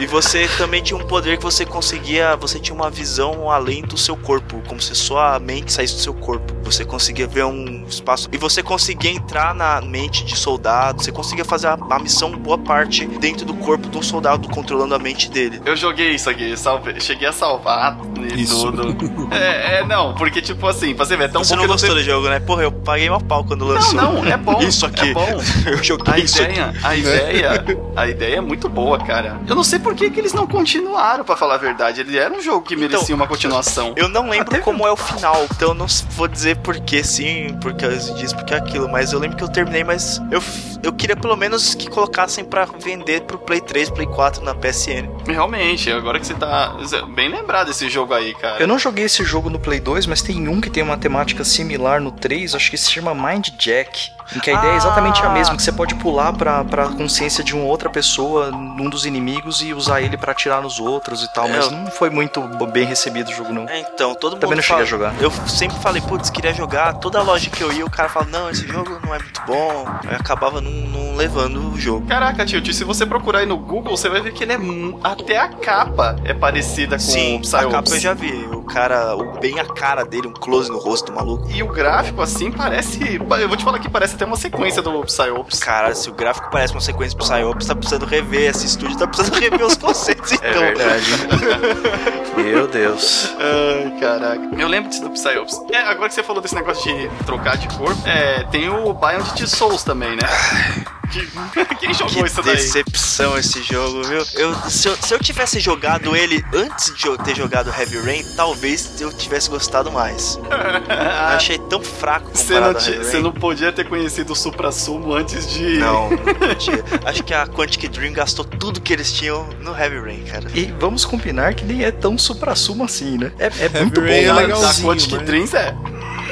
Speaker 4: E você também tinha um poder que você conseguia. Você tinha uma visão além do seu corpo, como se sua mente saísse do seu corpo. Você conseguia ver um espaço. E você conseguia entrar na mente de soldado. Você conseguia fazer a, a missão boa parte dentro do corpo de um soldado, controlando a mente dele.
Speaker 1: Eu joguei isso aqui, salve- cheguei a salvar e
Speaker 3: Isso. [laughs]
Speaker 1: tudo. É, é, não, porque tipo assim, pra você ver, é tão
Speaker 4: você
Speaker 1: bom
Speaker 4: não
Speaker 1: que eu
Speaker 4: gostou
Speaker 1: sei-
Speaker 4: do jogo, né? Porra, eu paguei uma pau quando
Speaker 1: Não,
Speaker 4: lançou.
Speaker 1: não, é bom.
Speaker 4: [laughs] Isso aqui.
Speaker 1: É bom.
Speaker 4: Eu
Speaker 1: A
Speaker 4: joguei isso aqui.
Speaker 1: ideia, a ideia, a ideia é muito boa, cara. Eu não sei por que, que eles não continuaram, pra falar a verdade. Ele era um jogo que
Speaker 4: Então,
Speaker 1: merecia uma continuação.
Speaker 4: Eu não lembro como é o final, então eu não s- vou dizer por que sim, porque disso, porque aquilo, mas eu lembro que eu terminei, mas eu, f- eu queria pelo menos que colocassem pra vender pro Play 3, Play 4 na PSN.
Speaker 1: Realmente, agora que você tá você é bem lembrado desse jogo aí, cara.
Speaker 2: Eu não joguei esse jogo no Play 2, mas tem um que tem uma temática similar no 3, acho que se chama Mind Jack. Em que a ideia é exatamente a
Speaker 4: Ah.
Speaker 2: mesma, que você pode pular pra, pra consciência de uma outra pessoa, num dos inimigos, e usar ele pra atirar nos outros e tal, mas
Speaker 4: É.
Speaker 2: não foi muito bo- bem recebido o jogo, não.
Speaker 4: É, então, todo
Speaker 2: Também
Speaker 4: mundo
Speaker 2: não cheguei a
Speaker 4: fala-
Speaker 2: jogar.
Speaker 4: Eu sempre falei, putz, queria jogar, toda loja que eu ia, o cara falava, não, esse jogo não é muito bom. Aí acabava não não levando o jogo.
Speaker 1: Caraca, tio, se você procurar aí no Google, você vai ver que ele é. mu- Até a capa é parecida com
Speaker 4: Sim,
Speaker 1: o
Speaker 4: Assim, a capa eu
Speaker 1: Psyops.
Speaker 4: já vi. O cara, o- bem a cara dele, um close no rosto do maluco.
Speaker 1: E o gráfico, assim, parece. Eu vou te falar que parece até uma sequência do Psyops.
Speaker 4: Cara, se o gráfico parece uma sequência pro Psyops, tá precisando rever esse estúdio, tá precisando [laughs] rever os conceitos,
Speaker 1: É
Speaker 4: então.
Speaker 2: [laughs] Meu Deus.
Speaker 1: Ai, caraca. Eu lembro disso do Psyops. É, agora que você falou desse negócio de trocar de cor, é, tem o Biond de Souls também, né? Que- [laughs] Quem jogou
Speaker 4: Que né?
Speaker 1: isso daí?
Speaker 4: decepção esse jogo, viu? Eu, se, eu, se eu tivesse jogado ele antes de eu ter jogado Heavy Rain, talvez eu tivesse gostado mais. Eu achei tão fraco
Speaker 1: Ah, Você não,
Speaker 4: comparado
Speaker 1: ti-
Speaker 4: a Heavy
Speaker 1: você
Speaker 4: Rain.
Speaker 1: não podia ter conhecido o Supra Sumo antes de.
Speaker 4: Não, não podia. Acho que a Quantic Dream gastou tudo que eles tinham no Heavy Rain, cara.
Speaker 2: E vamos combinar que nem é tão supra-sumo assim, né? É, é muito bom,
Speaker 3: Rain é
Speaker 1: Da-
Speaker 2: mas-
Speaker 1: da
Speaker 3: legalzinho,
Speaker 1: Quantic
Speaker 3: mas-
Speaker 1: Dreams é.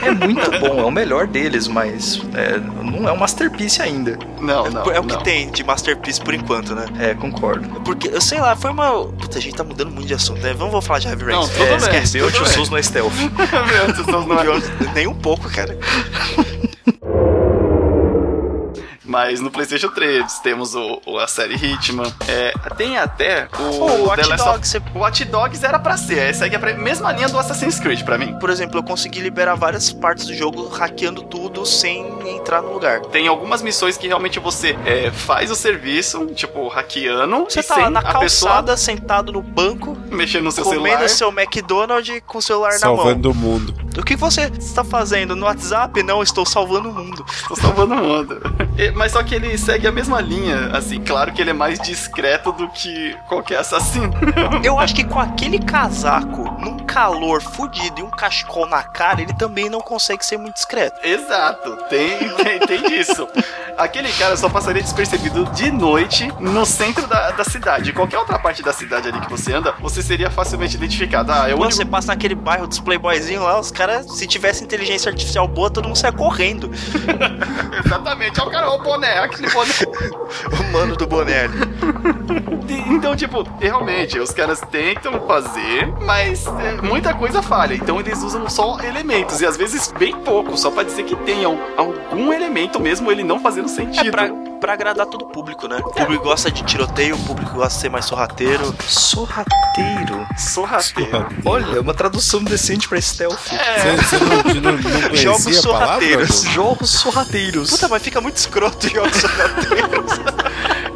Speaker 2: é muito bom, é o melhor deles, mas é, não é um masterpiece ainda.
Speaker 1: Não, não.
Speaker 4: é o que
Speaker 1: não.
Speaker 4: tem de Masterpiece por enquanto, né?
Speaker 2: É, concordo.
Speaker 4: Porque, eu sei lá, foi uma. Puta, a gente tá mudando muito de assunto, né? Vamos vamos falar de Heavy Rain.
Speaker 1: Não, tudo
Speaker 2: é,
Speaker 1: bem,
Speaker 2: esquece,
Speaker 1: tudo
Speaker 2: eu te
Speaker 1: bem.
Speaker 2: SUS na stealth.
Speaker 1: [laughs] Meu Deus, vocês não-
Speaker 4: Nem um pouco, cara.
Speaker 1: Mas no PlayStation 3 temos o, o- a série Hitman. É, tem até o.
Speaker 4: Pô, o
Speaker 1: The
Speaker 4: Watch
Speaker 1: Last
Speaker 4: Dogs, você
Speaker 1: of- Watch Dogs era pra ser. Essa aqui é a mesma linha do Assassin's Creed pra mim.
Speaker 4: Por exemplo, eu consegui liberar várias partes do jogo hackeando tudo sem entrar no lugar.
Speaker 1: Tem algumas missões que realmente você é, faz o serviço, tipo, hackeando.
Speaker 4: Você
Speaker 1: e
Speaker 4: tá
Speaker 1: sem
Speaker 4: lá na
Speaker 1: a pessoa
Speaker 4: calçada, sentado no banco,
Speaker 1: mexendo no seu
Speaker 4: comendo
Speaker 1: celular.
Speaker 4: seu McDonald's com o celular na mão.
Speaker 3: Salvando o mundo.
Speaker 4: O que você está fazendo no WhatsApp? Não, estou salvando o mundo.
Speaker 1: [laughs] Tô salvando o mundo. E- Mas só que ele segue a mesma linha, assim. Claro que ele é mais discreto do que qualquer assassino. [laughs]
Speaker 4: Eu acho que com aquele casaco, num calor fudido e um cachecol na cara, ele também não consegue ser muito discreto.
Speaker 1: Exato, tem, tem, tem disso. Aquele cara só passaria despercebido de noite no centro da, da cidade. Em Qualquer outra parte da cidade ali que você anda, você seria facilmente identificado. Ah, é o
Speaker 4: Quando
Speaker 1: único.
Speaker 4: você passa naquele bairro dos playboyzinhos lá, os caras, se tivesse inteligência artificial boa, todo mundo saia correndo.
Speaker 1: Exatamente, é o cara, o boné, aquele boné.
Speaker 4: O mano do boné ali.
Speaker 1: Então, tipo, realmente, os caras tentam fazer, mas é, muita coisa falha. Então eles usam só elementos, e às vezes bem pouco, só pra dizer que tem al- algum elemento mesmo ele não fazendo sentido.
Speaker 4: É pra, pra agradar todo o público, né? O público gosta de tiroteio, o público gosta de ser mais sorrateiro.
Speaker 2: Sorrateiro.
Speaker 3: [laughs]
Speaker 1: Sorrateiro.
Speaker 2: Olha, uma tradução decente pra stealth.
Speaker 3: Você, você não, você não, não conhecia
Speaker 4: Jogos
Speaker 3: a palavra?
Speaker 4: sorrateiros.
Speaker 2: Jogos sorrateiros.
Speaker 4: Puta, mas fica muito
Speaker 1: [laughs]
Speaker 4: escroto jogos sorrateiros.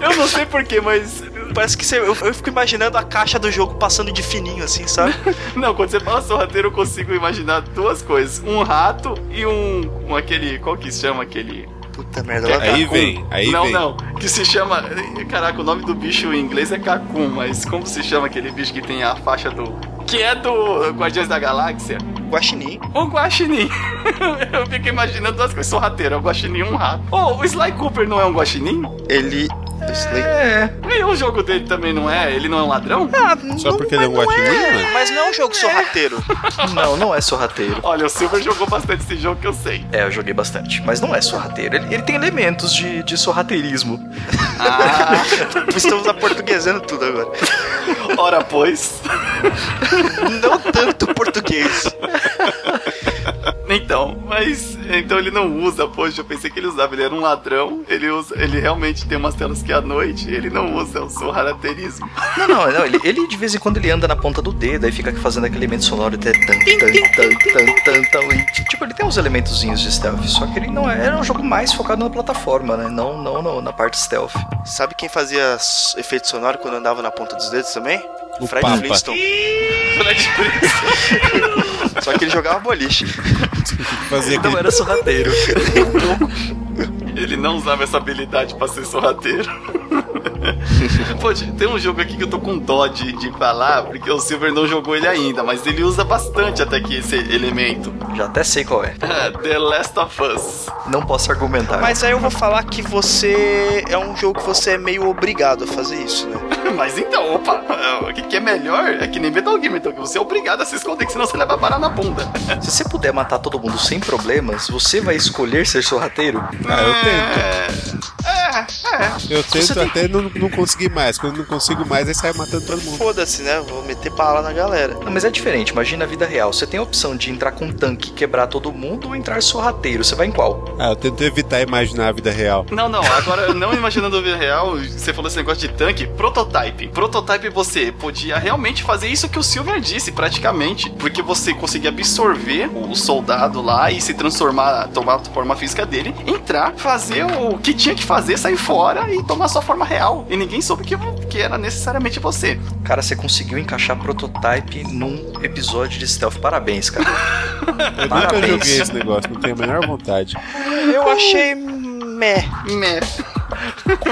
Speaker 1: Eu não sei porquê, mas
Speaker 4: Parece que você, eu, eu fico imaginando a caixa do jogo passando de fininho, assim, sabe?
Speaker 1: Não, quando você fala sorrateiro, eu consigo imaginar duas coisas. Um rato e um. um aquele. Qual que se chama aquele?
Speaker 4: Puta merda,
Speaker 1: tá
Speaker 4: lá
Speaker 3: É, Aí
Speaker 4: vai.
Speaker 3: vem, aí
Speaker 1: É não,
Speaker 3: vem.
Speaker 1: não. Que se chama. Caraca, o nome do bicho em inglês é Kakun, mas como se chama aquele bicho que tem a faixa do. Que é do Guardiões da Galáxia?
Speaker 4: Guaxinim.
Speaker 1: O Guaxinim. [laughs] eu fico imaginando duas coisas. Sorrateiro, é um Guaxinim e um rato. Oh, o Sly Cooper não é um Guaxinim?
Speaker 4: Ele.
Speaker 2: É,
Speaker 1: E o jogo dele também não é? Ele não é um ladrão?
Speaker 3: Só porque ele é um guaxinim, né?
Speaker 4: Mas não é um jogo sorrateiro.
Speaker 2: não, não é sorrateiro.
Speaker 1: Olha, o Silver jogou bastante esse jogo que eu sei.
Speaker 2: É, eu joguei bastante, mas não é sorrateiro. Ele, ele tem elementos de, de sorrateirismo.
Speaker 1: Ah,
Speaker 4: Estamos aportuguesando tudo agora.
Speaker 1: [laughs] ora pois.
Speaker 4: Não tanto português.
Speaker 1: Então, mas. Então ele não usa, poxa, eu pensei que ele usava. Ele era um ladrão, ele usa. Ele realmente tem umas telas que à noite ele não usa é um o seu caracterismo.
Speaker 2: Não, não, não. Ele, ele, de vez em quando ele anda na ponta do dedo, aí fica fazendo aquele elemento sonoro. Até tan, tan, tan, tan, tan, tan, e, tipo, ele tem uns elementozinhos de stealth, só que ele não é. Era um jogo mais focado na plataforma, né? Não, não, não na parte stealth.
Speaker 4: Sabe quem fazia s- efeito sonoro quando andava na ponta dos dedos também?
Speaker 3: O
Speaker 4: Fred
Speaker 3: Papa.
Speaker 4: Flintstone. Só que ele jogava boliche.
Speaker 3: [laughs] Fazia
Speaker 2: Não
Speaker 3: aquele
Speaker 2: Então era sorrateiro.
Speaker 1: [laughs] Ele não usava essa habilidade pra ser sorrateiro. [laughs] Poxa, tem um jogo aqui que eu tô com dó de, de falar, porque o Silver não jogou ele ainda, mas ele usa bastante até que esse elemento.
Speaker 2: [laughs]
Speaker 1: [laughs]
Speaker 2: Já até sei qual é.
Speaker 1: The Last of Us.
Speaker 2: Não posso argumentar.
Speaker 4: Mas aí eu vou falar que você. É um jogo que você é meio obrigado a fazer isso, né?
Speaker 1: Mas então, opa, o que, que é melhor é que nem Metal Gear, então, que você é obrigado a se esconder, que senão você leva a barra na bunda.
Speaker 2: Se você puder matar todo mundo sem problemas, você vai escolher ser sorrateiro?
Speaker 3: Ah, eu tento.
Speaker 1: É, é É,
Speaker 3: Eu
Speaker 4: Você
Speaker 3: tento
Speaker 4: tem-
Speaker 3: até não, não conseguir mais. Quando não consigo mais, aí sai matando todo mundo.
Speaker 4: Foda-se, né? Vou meter bala na galera.
Speaker 2: Não, mas é diferente, imagina a vida real. Você tem a opção de entrar com um tanque, quebrar todo mundo ou entrar sorrateiro. Você vai em qual?
Speaker 3: Ah, eu tento evitar imaginar a vida real.
Speaker 1: Não, não, agora não imaginando a vida real, você falou esse negócio de tanque, prototype. Prototype você podia realmente fazer isso que o Silver disse, praticamente. Porque você conseguia absorver o soldado lá e se transformar, tomar a forma física dele, entrar, fazer o que tinha que fazer, sair fora e tomar sua forma real. E ninguém soube que, que era necessariamente você.
Speaker 2: Cara, você conseguiu encaixar prototype num episódio de stealth. Parabéns, cara.
Speaker 3: Eu nunca
Speaker 2: Parabéns.
Speaker 3: joguei esse negócio, não tenho a menor vontade.
Speaker 4: [laughs] Eu achei meh.
Speaker 1: Meh.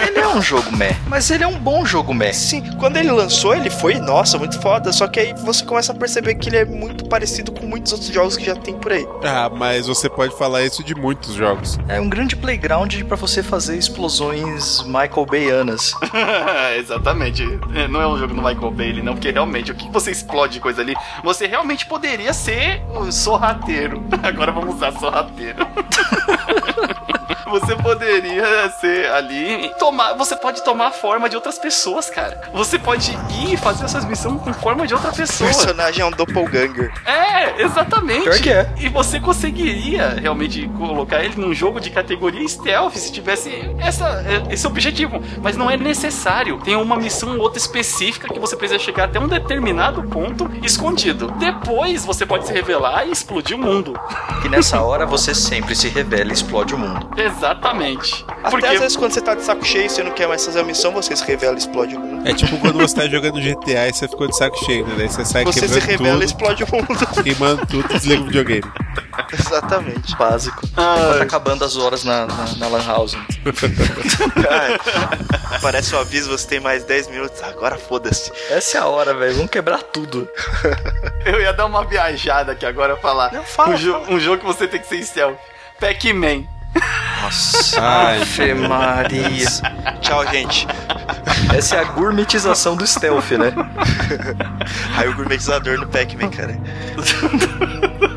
Speaker 2: ele é um jogo meh, mas ele é um bom jogo meh.
Speaker 4: Sim, quando ele lançou, ele foi, nossa, muito foda. Só que aí você começa a perceber que ele é muito parecido com muitos outros jogos que já tem por aí.
Speaker 3: Ah, mas você pode falar isso de muitos jogos.
Speaker 2: É um grande playground pra você fazer explosões Michael Bayanas.
Speaker 1: [laughs] Exatamente. É, Não é um jogo do Michael Bailey, não, porque realmente o que você explode de coisa ali, você realmente poderia ser um sorrateiro. [laughs] Agora vamos usar sorrateiro. [laughs] Você poderia ser ali e tomar. Você pode tomar a forma de outras pessoas, cara. Você pode ir fazer essas missões com forma de outra
Speaker 4: O
Speaker 1: pessoa.
Speaker 4: personagem é um doppelganger.
Speaker 1: É, exatamente.
Speaker 2: Pior que é.
Speaker 1: E você conseguiria realmente colocar ele num jogo de categoria stealth se tivesse essa, esse objetivo. Mas não é necessário. Tem uma missão ou outra específica que você precisa chegar até um determinado ponto escondido. Depois você pode se revelar e explodir o mundo.
Speaker 2: E nessa hora você sempre se revela e explode o mundo.
Speaker 1: Exatamente.
Speaker 4: Até às vezes quando você tá de saco cheio e você não quer mais fazer a missão, você se revela e explode o mundo.
Speaker 3: É tipo quando você tá jogando GTA e você ficou de saco cheio, né? Daí você sai
Speaker 4: Você se
Speaker 3: quebrando
Speaker 4: revela e
Speaker 3: tudo,
Speaker 4: explode o mundo.
Speaker 3: [laughs] queimando tudo, desliga o videogame.
Speaker 4: Exatamente.
Speaker 2: Básico. Enquanto
Speaker 1: Ah,
Speaker 4: Ah.
Speaker 2: tá acabando as horas na, na, na Lan House.
Speaker 4: Cara, parece um aviso, você tem mais 10 minutos. Agora foda-se.
Speaker 2: Essa é a hora, velho. Vamos quebrar tudo.
Speaker 1: Eu ia dar uma viajada aqui agora falar.
Speaker 4: Não,
Speaker 1: um,
Speaker 4: fala,
Speaker 1: jo- um jogo que você tem que ser stealth. Pac-Man.
Speaker 2: Nossa.
Speaker 3: Ai,
Speaker 2: Ave Maria.
Speaker 4: Tchau, gente.
Speaker 2: Essa é a gourmetização do stealth, né?
Speaker 4: Aí o gourmetizador no Pac-Man, cara.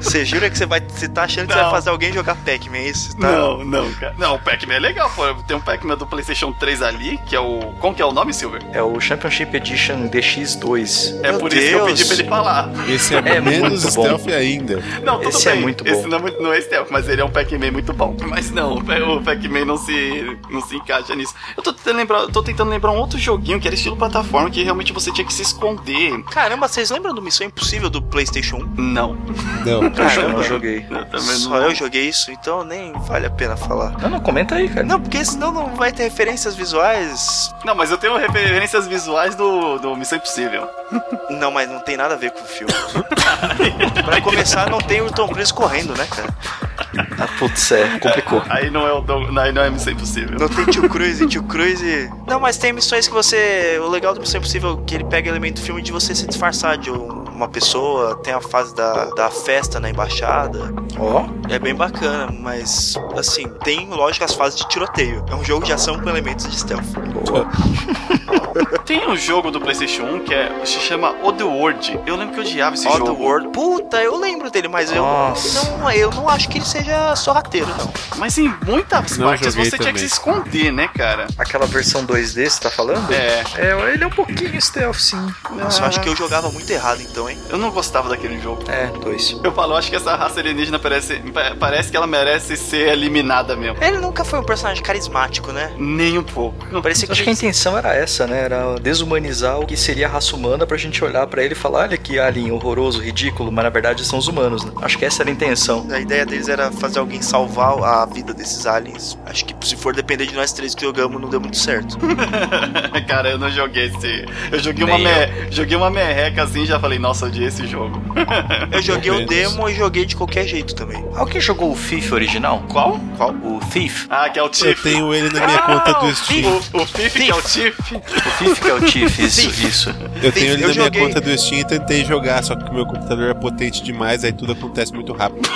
Speaker 4: Você jura que você vai. Você tá achando que você
Speaker 1: Não.
Speaker 4: vai fazer alguém jogar Pac-Man, é isso? Tá...
Speaker 1: Não, não, cara. Não, o Pac-Man é legal, pô. Tem um Pac-Man do PlayStation 3 ali, que é o. Como que é o nome, Silver?
Speaker 2: É o Championship Edition DX2.
Speaker 1: É
Speaker 4: Meu
Speaker 1: por isso que eu
Speaker 4: Deus.
Speaker 1: pedi pra ele falar.
Speaker 3: Esse é,
Speaker 2: É
Speaker 3: menos
Speaker 2: muito bom.
Speaker 3: stealth ainda.
Speaker 1: Não, tudo
Speaker 2: Esse é
Speaker 1: bem.
Speaker 2: muito bom.
Speaker 1: Esse não é, muito- não é stealth, mas ele é um Pac-Man muito bom. Mas não, o Pa- o Pac-Man não se, não se encaixa nisso. Eu tô tentando, lembrar, eu tô tentando lembrar um outro joguinho que era estilo plataforma que realmente você tinha que se esconder.
Speaker 4: Caramba, vocês lembram do Missão Impossível do PlayStation 1?
Speaker 1: Não.
Speaker 3: Não.
Speaker 2: eu
Speaker 4: Caramba,
Speaker 2: não joguei.
Speaker 1: Eu também
Speaker 4: só
Speaker 1: não.
Speaker 4: eu joguei isso, então nem vale a pena falar.
Speaker 2: Não, não, comenta aí, cara.
Speaker 4: Não, porque senão não vai ter referências visuais.
Speaker 1: Não, mas eu tenho referências visuais do, do Missão Impossível.
Speaker 4: Não, mas não tem nada a ver com
Speaker 1: [laughs]
Speaker 4: o filme. pra começar, não tem o Tom Cruise correndo, né, cara?
Speaker 2: Ah, putz, é, complicou.
Speaker 1: Aí não é o Dom- aí não é Missão Impossível.
Speaker 4: Não tem tio Cruise, tio Cruise. Não, mas tem missões que você. O legal do Missão Impossível é que ele pega elemento do filme de você se disfarçar de um- uma pessoa. Tem a fase da, da festa na embaixada.
Speaker 2: Ó,
Speaker 4: É bem bacana, mas assim, tem lógico as fases de tiroteio. É um jogo de ação com elementos de stealth.
Speaker 2: boa.
Speaker 1: Tem um jogo do PlayStation 1 que é, se chama Oddworld. Eu lembro que eu odiava esse
Speaker 4: Odd
Speaker 1: jogo.
Speaker 4: World. Puta, eu lembro dele, mas eu
Speaker 2: Nossa.
Speaker 4: não, eu não acho que ele seja sorrateiro, não.
Speaker 1: Mas em muitas
Speaker 3: Não
Speaker 1: partes
Speaker 3: joguei
Speaker 1: você tinha que
Speaker 3: também.
Speaker 1: se esconder, né, cara?
Speaker 2: Aquela versão 2D, você tá falando?
Speaker 1: É,
Speaker 2: É, ele é um pouquinho stealth, sim.
Speaker 4: Nossa, eu acho que eu jogava muito errado então, hein?
Speaker 1: eu não gostava daquele jogo.
Speaker 2: É, dois.
Speaker 1: Eu falo, acho que essa raça alienígena parece, pa- parece que ela merece ser eliminada mesmo.
Speaker 4: Ele nunca foi um personagem carismático, né?
Speaker 1: Nem
Speaker 5: [laughs]
Speaker 1: um pouco.
Speaker 4: Parecia que,
Speaker 2: Acho que a intenção era essa, né? Era desumanizar o que seria a raça humana pra gente olhar pra ele e falar: olha que alien horroroso, ridículo, mas na verdade são os humanos, né? Acho que essa era a intenção.
Speaker 4: A ideia deles era fazer alguém salvar a vida desses aliens. Acho que se for depender de nós três que jogamos, não deu muito certo.
Speaker 1: Cara, eu não joguei esse. Eu joguei uma,
Speaker 2: Nem
Speaker 1: me... joguei uma merreca assim e já falei, nossa, eu odiei esse jogo.
Speaker 4: Eu joguei o
Speaker 3: Pelo menos.
Speaker 4: demo e joguei de qualquer jeito também.
Speaker 2: Alguém jogou o Thief original?
Speaker 1: Qual?
Speaker 4: Qual?
Speaker 2: O Thief?
Speaker 1: Ah, que é o
Speaker 3: Eu
Speaker 1: Tiff.
Speaker 3: tenho ele na minha
Speaker 1: Ah,
Speaker 3: conta
Speaker 1: o
Speaker 3: do Steam.
Speaker 1: Thief. O, o Thief, que é o Tiff.
Speaker 2: O Thief que é o Thief, isso, isso.
Speaker 3: Eu tenho ele
Speaker 4: eu
Speaker 3: na minha
Speaker 4: joguei.
Speaker 3: conta do Steam e tentei jogar, só que o meu computador é potente demais, aí tudo acontece muito rápido.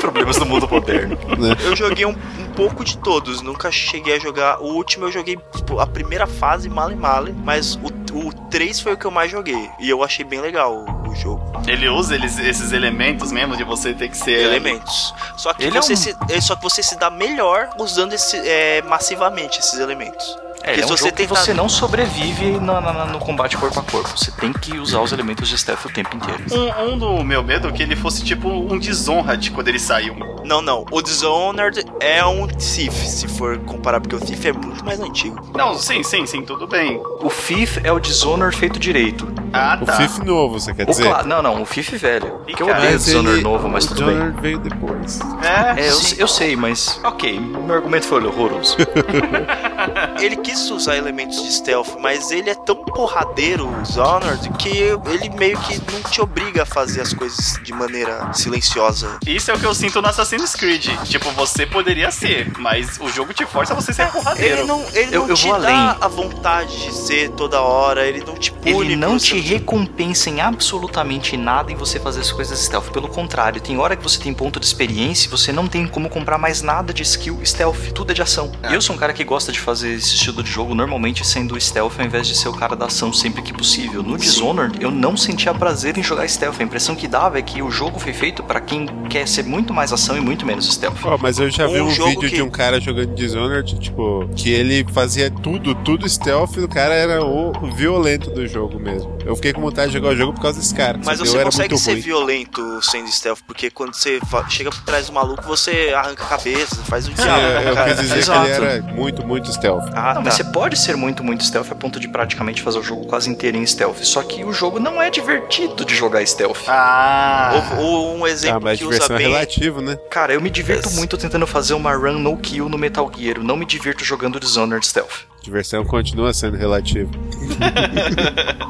Speaker 2: Problemas do mundo moderno.
Speaker 3: Né?
Speaker 4: Eu joguei um, um pouco de todos, nunca cheguei a jogar. O último eu joguei tipo, a primeira fase, male male, mas o, o 3 foi o que eu mais joguei. E eu achei bem legal o, o o jogo.
Speaker 5: Ele usa eles- esses elementos mesmo de você ter que
Speaker 1: É.
Speaker 5: ser.
Speaker 4: Elementos. Só que,
Speaker 2: Ele é
Speaker 4: você
Speaker 2: um-
Speaker 4: se, é, só que você se dá melhor usando esse, é, massivamente esses elementos.
Speaker 2: É,
Speaker 4: Porque
Speaker 2: é um
Speaker 4: se você
Speaker 2: jogo que
Speaker 4: tentar-
Speaker 2: você não sobrevive na- na- na- no combate corpo a corpo. Você tem que usar os elementos de stealth o tempo inteiro.
Speaker 5: Um, um do meu medo é que ele fosse tipo um Dishonored quando ele saiu.
Speaker 4: Não, não. O Dishonored é um Thief, se for comparar, porque o Thief é muito mais
Speaker 2: [laughs]
Speaker 4: antigo.
Speaker 5: Não, sim, sim, sim, tudo bem.
Speaker 2: O Thief é o Dishonored feito direito.
Speaker 5: Ah,
Speaker 3: O
Speaker 5: tá.
Speaker 3: FIF novo, você quer
Speaker 2: O
Speaker 3: dizer?
Speaker 2: cla- Não, não, o Thief velho.
Speaker 5: Ih,
Speaker 2: Que eu
Speaker 5: cara,
Speaker 2: odeio o
Speaker 3: Mas ele-
Speaker 2: Dishonored novo, mas
Speaker 3: o
Speaker 2: tudo bem.
Speaker 3: Dishonored veio depois.
Speaker 5: É,
Speaker 2: É, eu,
Speaker 5: sim.
Speaker 2: eu sei, mas. Ok, meu argumento foi horroroso.
Speaker 4: Ele quis usar elementos de stealth, mas ele é tão porradeiro, o Dishonored, que ele meio que não te obriga a fazer as coisas de maneira silenciosa.
Speaker 5: Isso é o que eu sinto no Assassin's Creed. Tipo, você poderia ser, mas o jogo te força a você ser
Speaker 4: Ele
Speaker 5: porradeiro.
Speaker 4: não, ele
Speaker 2: Eu-
Speaker 4: não
Speaker 2: eu
Speaker 4: te
Speaker 2: vou
Speaker 4: dá
Speaker 2: além.
Speaker 4: a vontade de ser toda hora, ele não te pune.
Speaker 2: Ele não
Speaker 4: por
Speaker 2: te
Speaker 4: você-
Speaker 2: recompensa em absolutamente nada em você fazer as coisas stealth. Pelo contrário, tem hora que você tem ponto de experiência e você não tem como comprar mais nada de skill stealth. Tudo é de ação. E eu sou um cara que gosta de fazer esse estilo de jogo normalmente sendo stealth ao invés de ser o cara da ação sempre que possível. No Dishonored, eu não sentia prazer em jogar stealth. A impressão que dava é que o jogo foi feito pra quem quer ser muito mais ação e muito menos stealth.
Speaker 3: Ó, mas eu já vi
Speaker 4: Um
Speaker 3: um,
Speaker 4: jogo
Speaker 3: vídeo
Speaker 4: que-
Speaker 3: de um cara jogando Dishonored, tipo, que ele fazia tudo, tudo stealth, e o cara era o violento do jogo mesmo. Eu fiquei com vontade de jogar o jogo por causa desse cara.
Speaker 4: Mas
Speaker 3: só que
Speaker 4: você
Speaker 3: eu era
Speaker 4: consegue
Speaker 3: muito
Speaker 4: ser
Speaker 3: ruim.
Speaker 4: violento sendo stealth, porque quando você fa- chega por trás do maluco, você arranca a cabeça, faz o
Speaker 3: Sim,
Speaker 4: diabo,
Speaker 3: É, eu, eu
Speaker 4: cara.
Speaker 3: quis dizer
Speaker 2: Exato.
Speaker 3: que ele era muito, muito stealth.
Speaker 4: Ah,
Speaker 2: Não,
Speaker 4: tá.
Speaker 2: mas você pode ser muito, muito stealth a ponto de praticamente fazer o jogo quase inteiro em stealth. Só que o jogo não é divertido de jogar stealth.
Speaker 5: Ah.
Speaker 4: Ou, ou um
Speaker 3: Ah,
Speaker 4: exemplo
Speaker 3: mas
Speaker 4: que usa
Speaker 3: diversão é
Speaker 4: bem.
Speaker 3: relativo, né?
Speaker 2: Cara, eu me divirto
Speaker 4: Yes.
Speaker 2: muito tentando fazer uma run no kill no Metal Gear. Eu não me divirto jogando Dishonored Stealth.
Speaker 3: Diversão continua sendo relativa.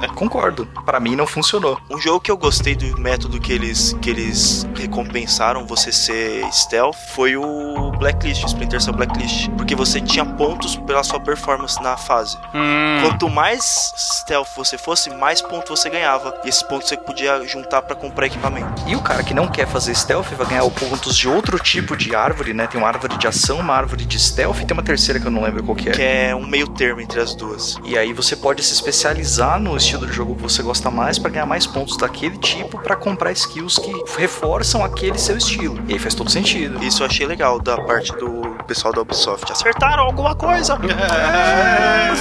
Speaker 2: É, Concordo. Pra mim não funcionou.
Speaker 4: Um jogo que eu gostei do método que eles, que eles recompensaram você ser stealth foi o Blacklist, Splinter Cell Blacklist. Porque você tinha pontos pela sua performance na fase.
Speaker 5: Hum.
Speaker 4: Quanto mais stealth você fosse, mais pontos você ganhava. E esses pontos você podia juntar pra comprar equipamento.
Speaker 2: E o cara que não quer fazer stealth vai ganhar pontos de outro tipo de árvore, né? Tem uma árvore de ação, uma árvore de stealth e tem uma terceira que eu não lembro qual que é.
Speaker 4: Que é um meio termo entre as duas.
Speaker 2: E aí você pode se especializar no estilo de jogo que você gosta mais pra ganhar mais pontos daquele tipo pra comprar skills que reforçam aquele seu estilo. E aí faz todo sentido.
Speaker 4: Isso eu achei legal da parte do pessoal da Ubisoft. Acertaram alguma coisa! É.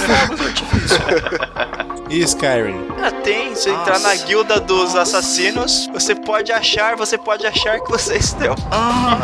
Speaker 3: E Skyrim?
Speaker 4: Ah, tem, se entrar na
Speaker 2: Nossa.
Speaker 4: guilda dos assassinos, você pode achar, você pode achar que você [laughs] é stealth.
Speaker 2: Ah,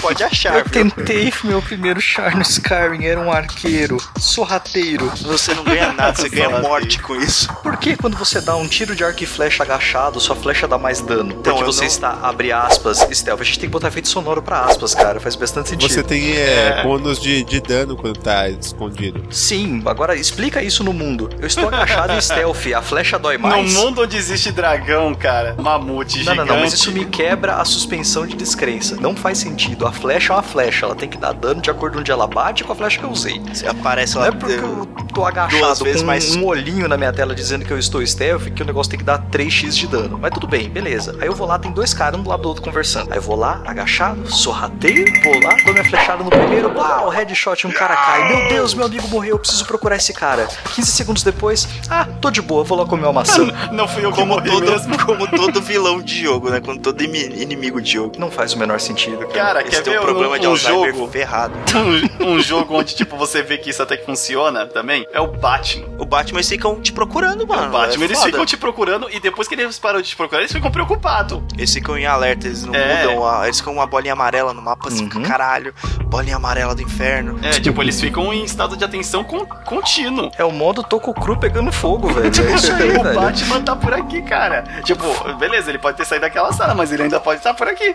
Speaker 4: Pode achar,
Speaker 2: eu
Speaker 4: viu?
Speaker 2: tentei meu primeiro char no Skyrim, era um arqueiro, sorrateiro.
Speaker 4: Você não ganha nada, você ganha
Speaker 5: Fala
Speaker 4: morte com isso.
Speaker 2: Por que quando você dá um tiro de arco e flecha agachado, sua flecha dá mais dano?
Speaker 4: Então,
Speaker 2: Porque
Speaker 4: eu
Speaker 2: você
Speaker 4: não-
Speaker 2: está, abre aspas, stealth. A gente tem que botar efeito sonoro pra aspas, cara. Faz bastante
Speaker 4: Tipo,
Speaker 2: sentido.
Speaker 3: Você tem é, bônus de, de dano quando tá escondido.
Speaker 2: Sim, agora explica isso no mundo. Eu estou agachado em stealth, a flecha dói
Speaker 5: No
Speaker 2: mais.
Speaker 5: mundo onde existe dragão, cara, mamute
Speaker 2: Não,
Speaker 5: gigante.
Speaker 2: não, não, mas isso me quebra a suspensão de descrença. Não faz sentido. A flecha é uma flecha, ela tem que dar dano de acordo com onde ela bate com a flecha que eu usei.
Speaker 4: Você aparece
Speaker 2: Não
Speaker 4: lá.
Speaker 2: é porque eu tô agachado
Speaker 4: vezes
Speaker 2: com
Speaker 4: mais-
Speaker 2: um olhinho na minha tela dizendo que eu estou stealth que o negócio tem que dar 3x de dano. Mas tudo bem, beleza. Aí eu vou lá, tem dois caras um do lado do outro conversando. Aí eu vou lá, agachado, sorrateio, vou lá, dou minha flechada no primeiro, uau, headshot, um cara cai. Meu Deus, meu amigo morreu, eu preciso procurar esse cara. 15 segundos depois, ah, tô de boa, vou lá comer uma maçã.
Speaker 5: Não fui eu que
Speaker 4: Como
Speaker 5: morri mesmo.
Speaker 4: todo, como todo vilão de jogo, né? Como todo imi- inimigo de jogo.
Speaker 2: Não faz o menor sentido, cara.
Speaker 5: Cara,
Speaker 4: Esse
Speaker 5: quer
Speaker 4: tem
Speaker 5: ver
Speaker 4: um problema
Speaker 5: um,
Speaker 4: de
Speaker 5: um
Speaker 4: Alzheimer
Speaker 5: jogo,
Speaker 4: ferrado.
Speaker 5: um, um jogo onde tipo você vê que isso até que funciona também? É o Batman.
Speaker 4: O Batman eles ficam te procurando, mano.
Speaker 5: o Batman,
Speaker 4: é
Speaker 5: eles
Speaker 4: foda.
Speaker 5: ficam te procurando e depois que eles param de te procurar, eles ficam preocupados.
Speaker 4: Eles ficam em alerta, eles não
Speaker 5: É.
Speaker 4: mudam. A... Eles ficam uma bolinha amarela no mapa, assim,
Speaker 2: Uhum.
Speaker 4: caralho, bolinha amarela do inferno.
Speaker 5: É, tipo, eles ficam em estado de atenção con- contínuo.
Speaker 2: É o modo Toco Cru pegando fogo,
Speaker 5: [laughs]
Speaker 2: velho. É isso aí,
Speaker 5: O
Speaker 2: velho.
Speaker 5: Batman tá por aqui, cara. Tipo, beleza, ele pode ter saído daquela sala, mas ele ainda pode estar por aqui.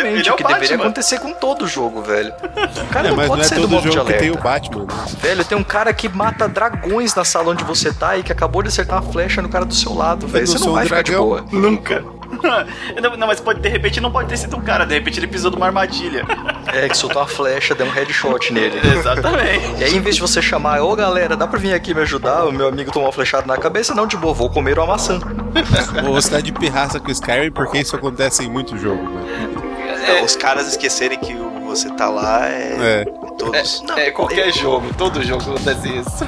Speaker 5: [laughs] Ele- ele é
Speaker 2: o
Speaker 5: o
Speaker 2: que deveria
Speaker 5: Batman.
Speaker 2: acontecer com todo jogo, velho. O cara
Speaker 3: É,
Speaker 2: não
Speaker 3: mas não
Speaker 2: pode
Speaker 3: é
Speaker 2: sair do
Speaker 3: todo
Speaker 2: modo de
Speaker 3: jogo que
Speaker 2: alerta.
Speaker 3: tem o Batman. né?
Speaker 2: Velho, tem um cara que mata dragões na sala onde você tá e que acabou de acertar uma flecha no cara do seu lado, velho.
Speaker 3: não
Speaker 2: Você não
Speaker 3: sou um
Speaker 2: vai ficar de
Speaker 3: dragão.
Speaker 2: boa.
Speaker 5: Nunca. [laughs] Não, não, mas pode, de repente não pode ter sido um cara, de repente ele pisou numa armadilha.
Speaker 2: É, que soltou uma flecha, deu um headshot [laughs]
Speaker 5: [laughs]
Speaker 2: nele.
Speaker 5: Exatamente.
Speaker 2: E aí, em vez de você chamar, ô galera, dá pra vir aqui me ajudar? O meu amigo tomou uma flechada na cabeça? Não, de boa, vou comer uma maçã.
Speaker 3: Ou você tá de pirraça com o Skyrim porque isso acontece em muito jogo, né?
Speaker 4: Os caras esquecerem que o- você tá lá é,
Speaker 3: É.
Speaker 4: todos.
Speaker 1: É, qualquer jogo, todo jogo acontece isso.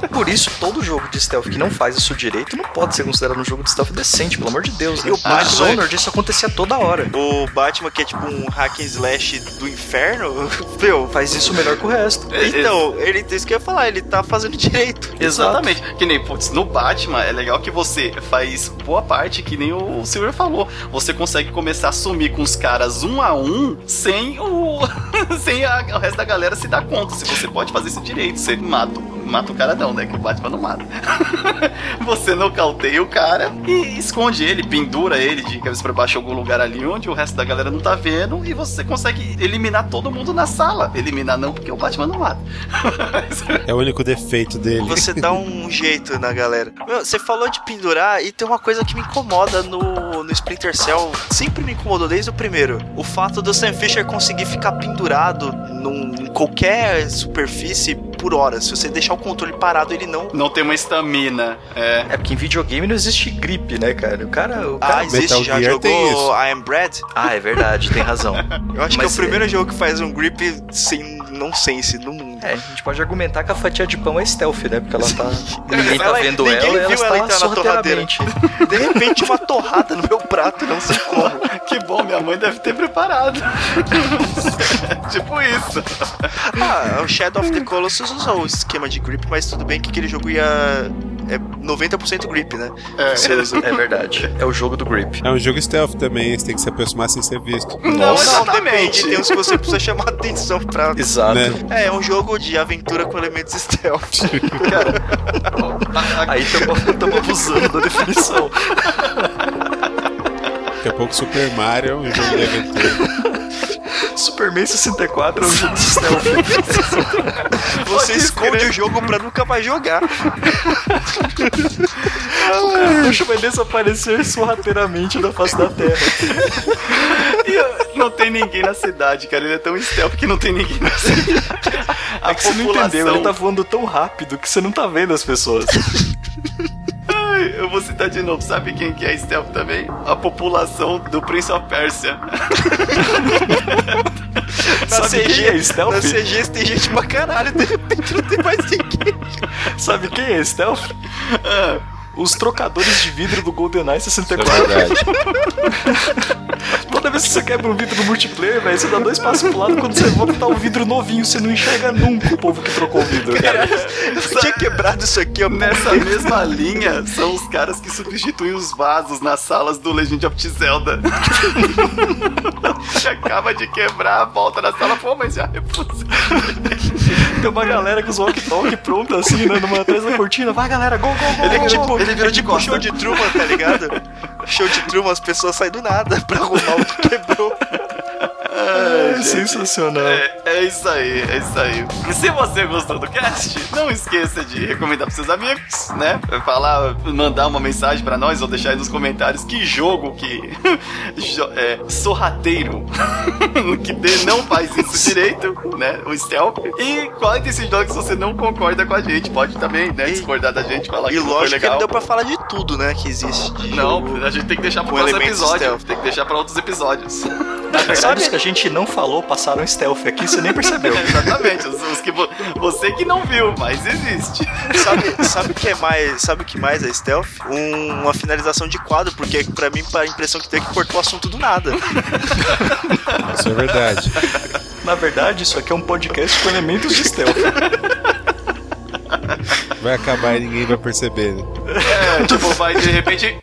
Speaker 2: E É por isso, todo jogo de stealth que não faz isso direito não pode ser considerado um jogo de stealth decente, pelo amor de Deus. Né?
Speaker 4: E o
Speaker 2: Ah,
Speaker 4: Batman-
Speaker 2: Dishonored, isso acontecia toda hora.
Speaker 4: O Batman, que é tipo um hack and slash do inferno, [laughs] meu,
Speaker 2: Faz isso melhor que o resto.
Speaker 1: É, é-
Speaker 4: então, ele, isso que eu ia falar, ele tá fazendo direito.
Speaker 1: Exatamente. Que nem, putz, no Batman é legal que você faz boa parte, que nem o Silver falou. Você consegue começar a sumir com os caras um a um sem o. [laughs] sem a- o resto da galera se dar conta. Se você pode fazer isso direito, você mata. o- Mata o cara não, né? Que o Batman não mata. [laughs] você nocauteia o cara e esconde ele, pendura ele de cabeça pra baixo em algum lugar ali onde o resto da galera não tá vendo e você consegue eliminar todo mundo na sala. Eliminar não, porque o Batman não mata.
Speaker 3: É o único defeito dele.
Speaker 4: Você dá um jeito na galera. Meu, você falou de pendurar e tem uma coisa que me incomoda no, no Splinter Cell. Sempre me incomodou desde o primeiro. O fato do Sam Fisher conseguir ficar pendurado num- em qualquer superfície por horas. Se você deixar o controle parado, ele não.
Speaker 1: Não tem uma estamina. É.
Speaker 2: É porque em videogame não existe gripe, né, cara? O cara. o
Speaker 4: Ah,
Speaker 2: cara-
Speaker 4: existe,
Speaker 3: Metal
Speaker 4: já
Speaker 3: Gear tem
Speaker 4: jogou I Am Bread?
Speaker 2: Ah, é verdade, tem razão.
Speaker 4: Eu acho que
Speaker 2: Mas
Speaker 4: é o primeiro jogo que faz um grip sem nonsense no mundo.
Speaker 2: É, a gente pode argumentar que a fatia de pão é stealth, né? Porque ela tá. [laughs] Ninguém tá
Speaker 4: Ela-
Speaker 2: vendo
Speaker 4: ninguém
Speaker 2: ela e ela
Speaker 4: viu ela
Speaker 2: está
Speaker 4: entrar na torradeira.
Speaker 2: sorrateiramente.
Speaker 4: De repente, uma torrada no meu prato, não sei como.
Speaker 1: Que bom, minha mãe deve ter preparado. [laughs] tipo isso.
Speaker 4: Ah, o Shadow of the Colossus usa o esquema de grip, mas tudo bem que aquele jogo ia. É 90% grip, né? Você
Speaker 2: [laughs]
Speaker 4: usa.
Speaker 2: É verdade. É o jogo do grip.
Speaker 3: É um jogo stealth também, você tem que se aproximar sem ser visto.
Speaker 1: Não,
Speaker 4: depende.
Speaker 1: exatamente.
Speaker 4: Tem uns que você precisa chamar atenção pra.
Speaker 2: Exato.
Speaker 3: Né?
Speaker 4: É, é um jogo de aventura com elementos stealth.
Speaker 2: Aí estamos abusando da definição.
Speaker 3: Daqui a pouco Super Mario é um jogo de aventura.
Speaker 2: Superman 64 é um jogo de stealth.
Speaker 4: [laughs] Você esconde o jogo pra nunca mais jogar.
Speaker 2: Puxa, vai desaparecer sorrateiramente da face da Terra.
Speaker 1: E, uh, não tem ninguém na cidade, cara. Ele é tão stealth que não tem ninguém na cidade. A
Speaker 2: É que você não entendeu, ele tá voando tão rápido que você não tá vendo as pessoas.
Speaker 1: Ai, Eu vou citar de novo. Sabe quem que é stealth também? A população do Prince of Persia.
Speaker 4: Na
Speaker 2: Sabe
Speaker 4: CG,
Speaker 2: quem é stealth?
Speaker 4: Na CG tem gente pra caralho, de repente não tem mais ninguém.
Speaker 2: Sabe quem é [laughs] stealth? Os trocadores de vidro do GoldenEye 64.
Speaker 3: É verdade.
Speaker 2: [laughs] Toda vez que você quebra um vidro no multiplayer, velho, você dá dois passos pro lado, quando você volta tá um vidro novinho, você não enxerga nunca o povo que trocou o vidro, cara.
Speaker 4: Eu tinha quebrado isso aqui, ó.
Speaker 1: Nessa mesma linha, são os caras que substituem os vasos nas salas do Legend of Zelda. [laughs] Acaba de quebrar, volta na sala, pô, mas já é repus.
Speaker 2: Tem uma galera com os walk-talk pronta assim, né, numa atrás da cortina. Vai, galera, gol, gol, gol.
Speaker 4: Ele é
Speaker 2: gol,
Speaker 4: tipo,
Speaker 2: gol.
Speaker 4: ele virou tipo show de Truman, tá ligado? show de Truman, as pessoas saem do nada pra arrumar o que quebrou.
Speaker 2: É, sensacional.
Speaker 1: É, é isso aí, é isso aí. E se você gostou do cast, não esqueça de recomendar pros seus amigos, né? Falar, mandar uma mensagem pra nós ou deixar aí nos comentários que jogo que. [laughs] jo- é, sorrateiro. [laughs] que dê- não faz isso direito, né? O stealth. E quais desses jogos você não concorda com a gente? Pode também, né?
Speaker 4: E-
Speaker 1: Discordar da gente, falar
Speaker 4: E
Speaker 1: que não foi
Speaker 4: lógico que não
Speaker 1: legal.
Speaker 4: deu pra falar de tudo, né? Que existe. de
Speaker 1: [laughs]
Speaker 4: jogo.
Speaker 1: Não, a gente tem que deixar pra
Speaker 4: Com
Speaker 1: outros
Speaker 4: elementos
Speaker 1: episódios.
Speaker 4: stealth.
Speaker 1: Tem que deixar pra outros episódios.
Speaker 2: Na verdade, os que a gente não falou passaram stealth aqui, você nem percebeu.
Speaker 1: [laughs] Exatamente, os, os que vo- você que não viu, mas existe.
Speaker 4: Sabe, sabe o que é mais, sabe o que mais é stealth? Um- uma finalização de quadro, porque pra mim a impressão que tem é que cortou o assunto do nada.
Speaker 3: Isso é verdade.
Speaker 2: Na verdade, isso aqui é um podcast com elementos de stealth.
Speaker 3: Vai acabar e ninguém vai perceber, né?
Speaker 1: É, [laughs] tipo, vai de repente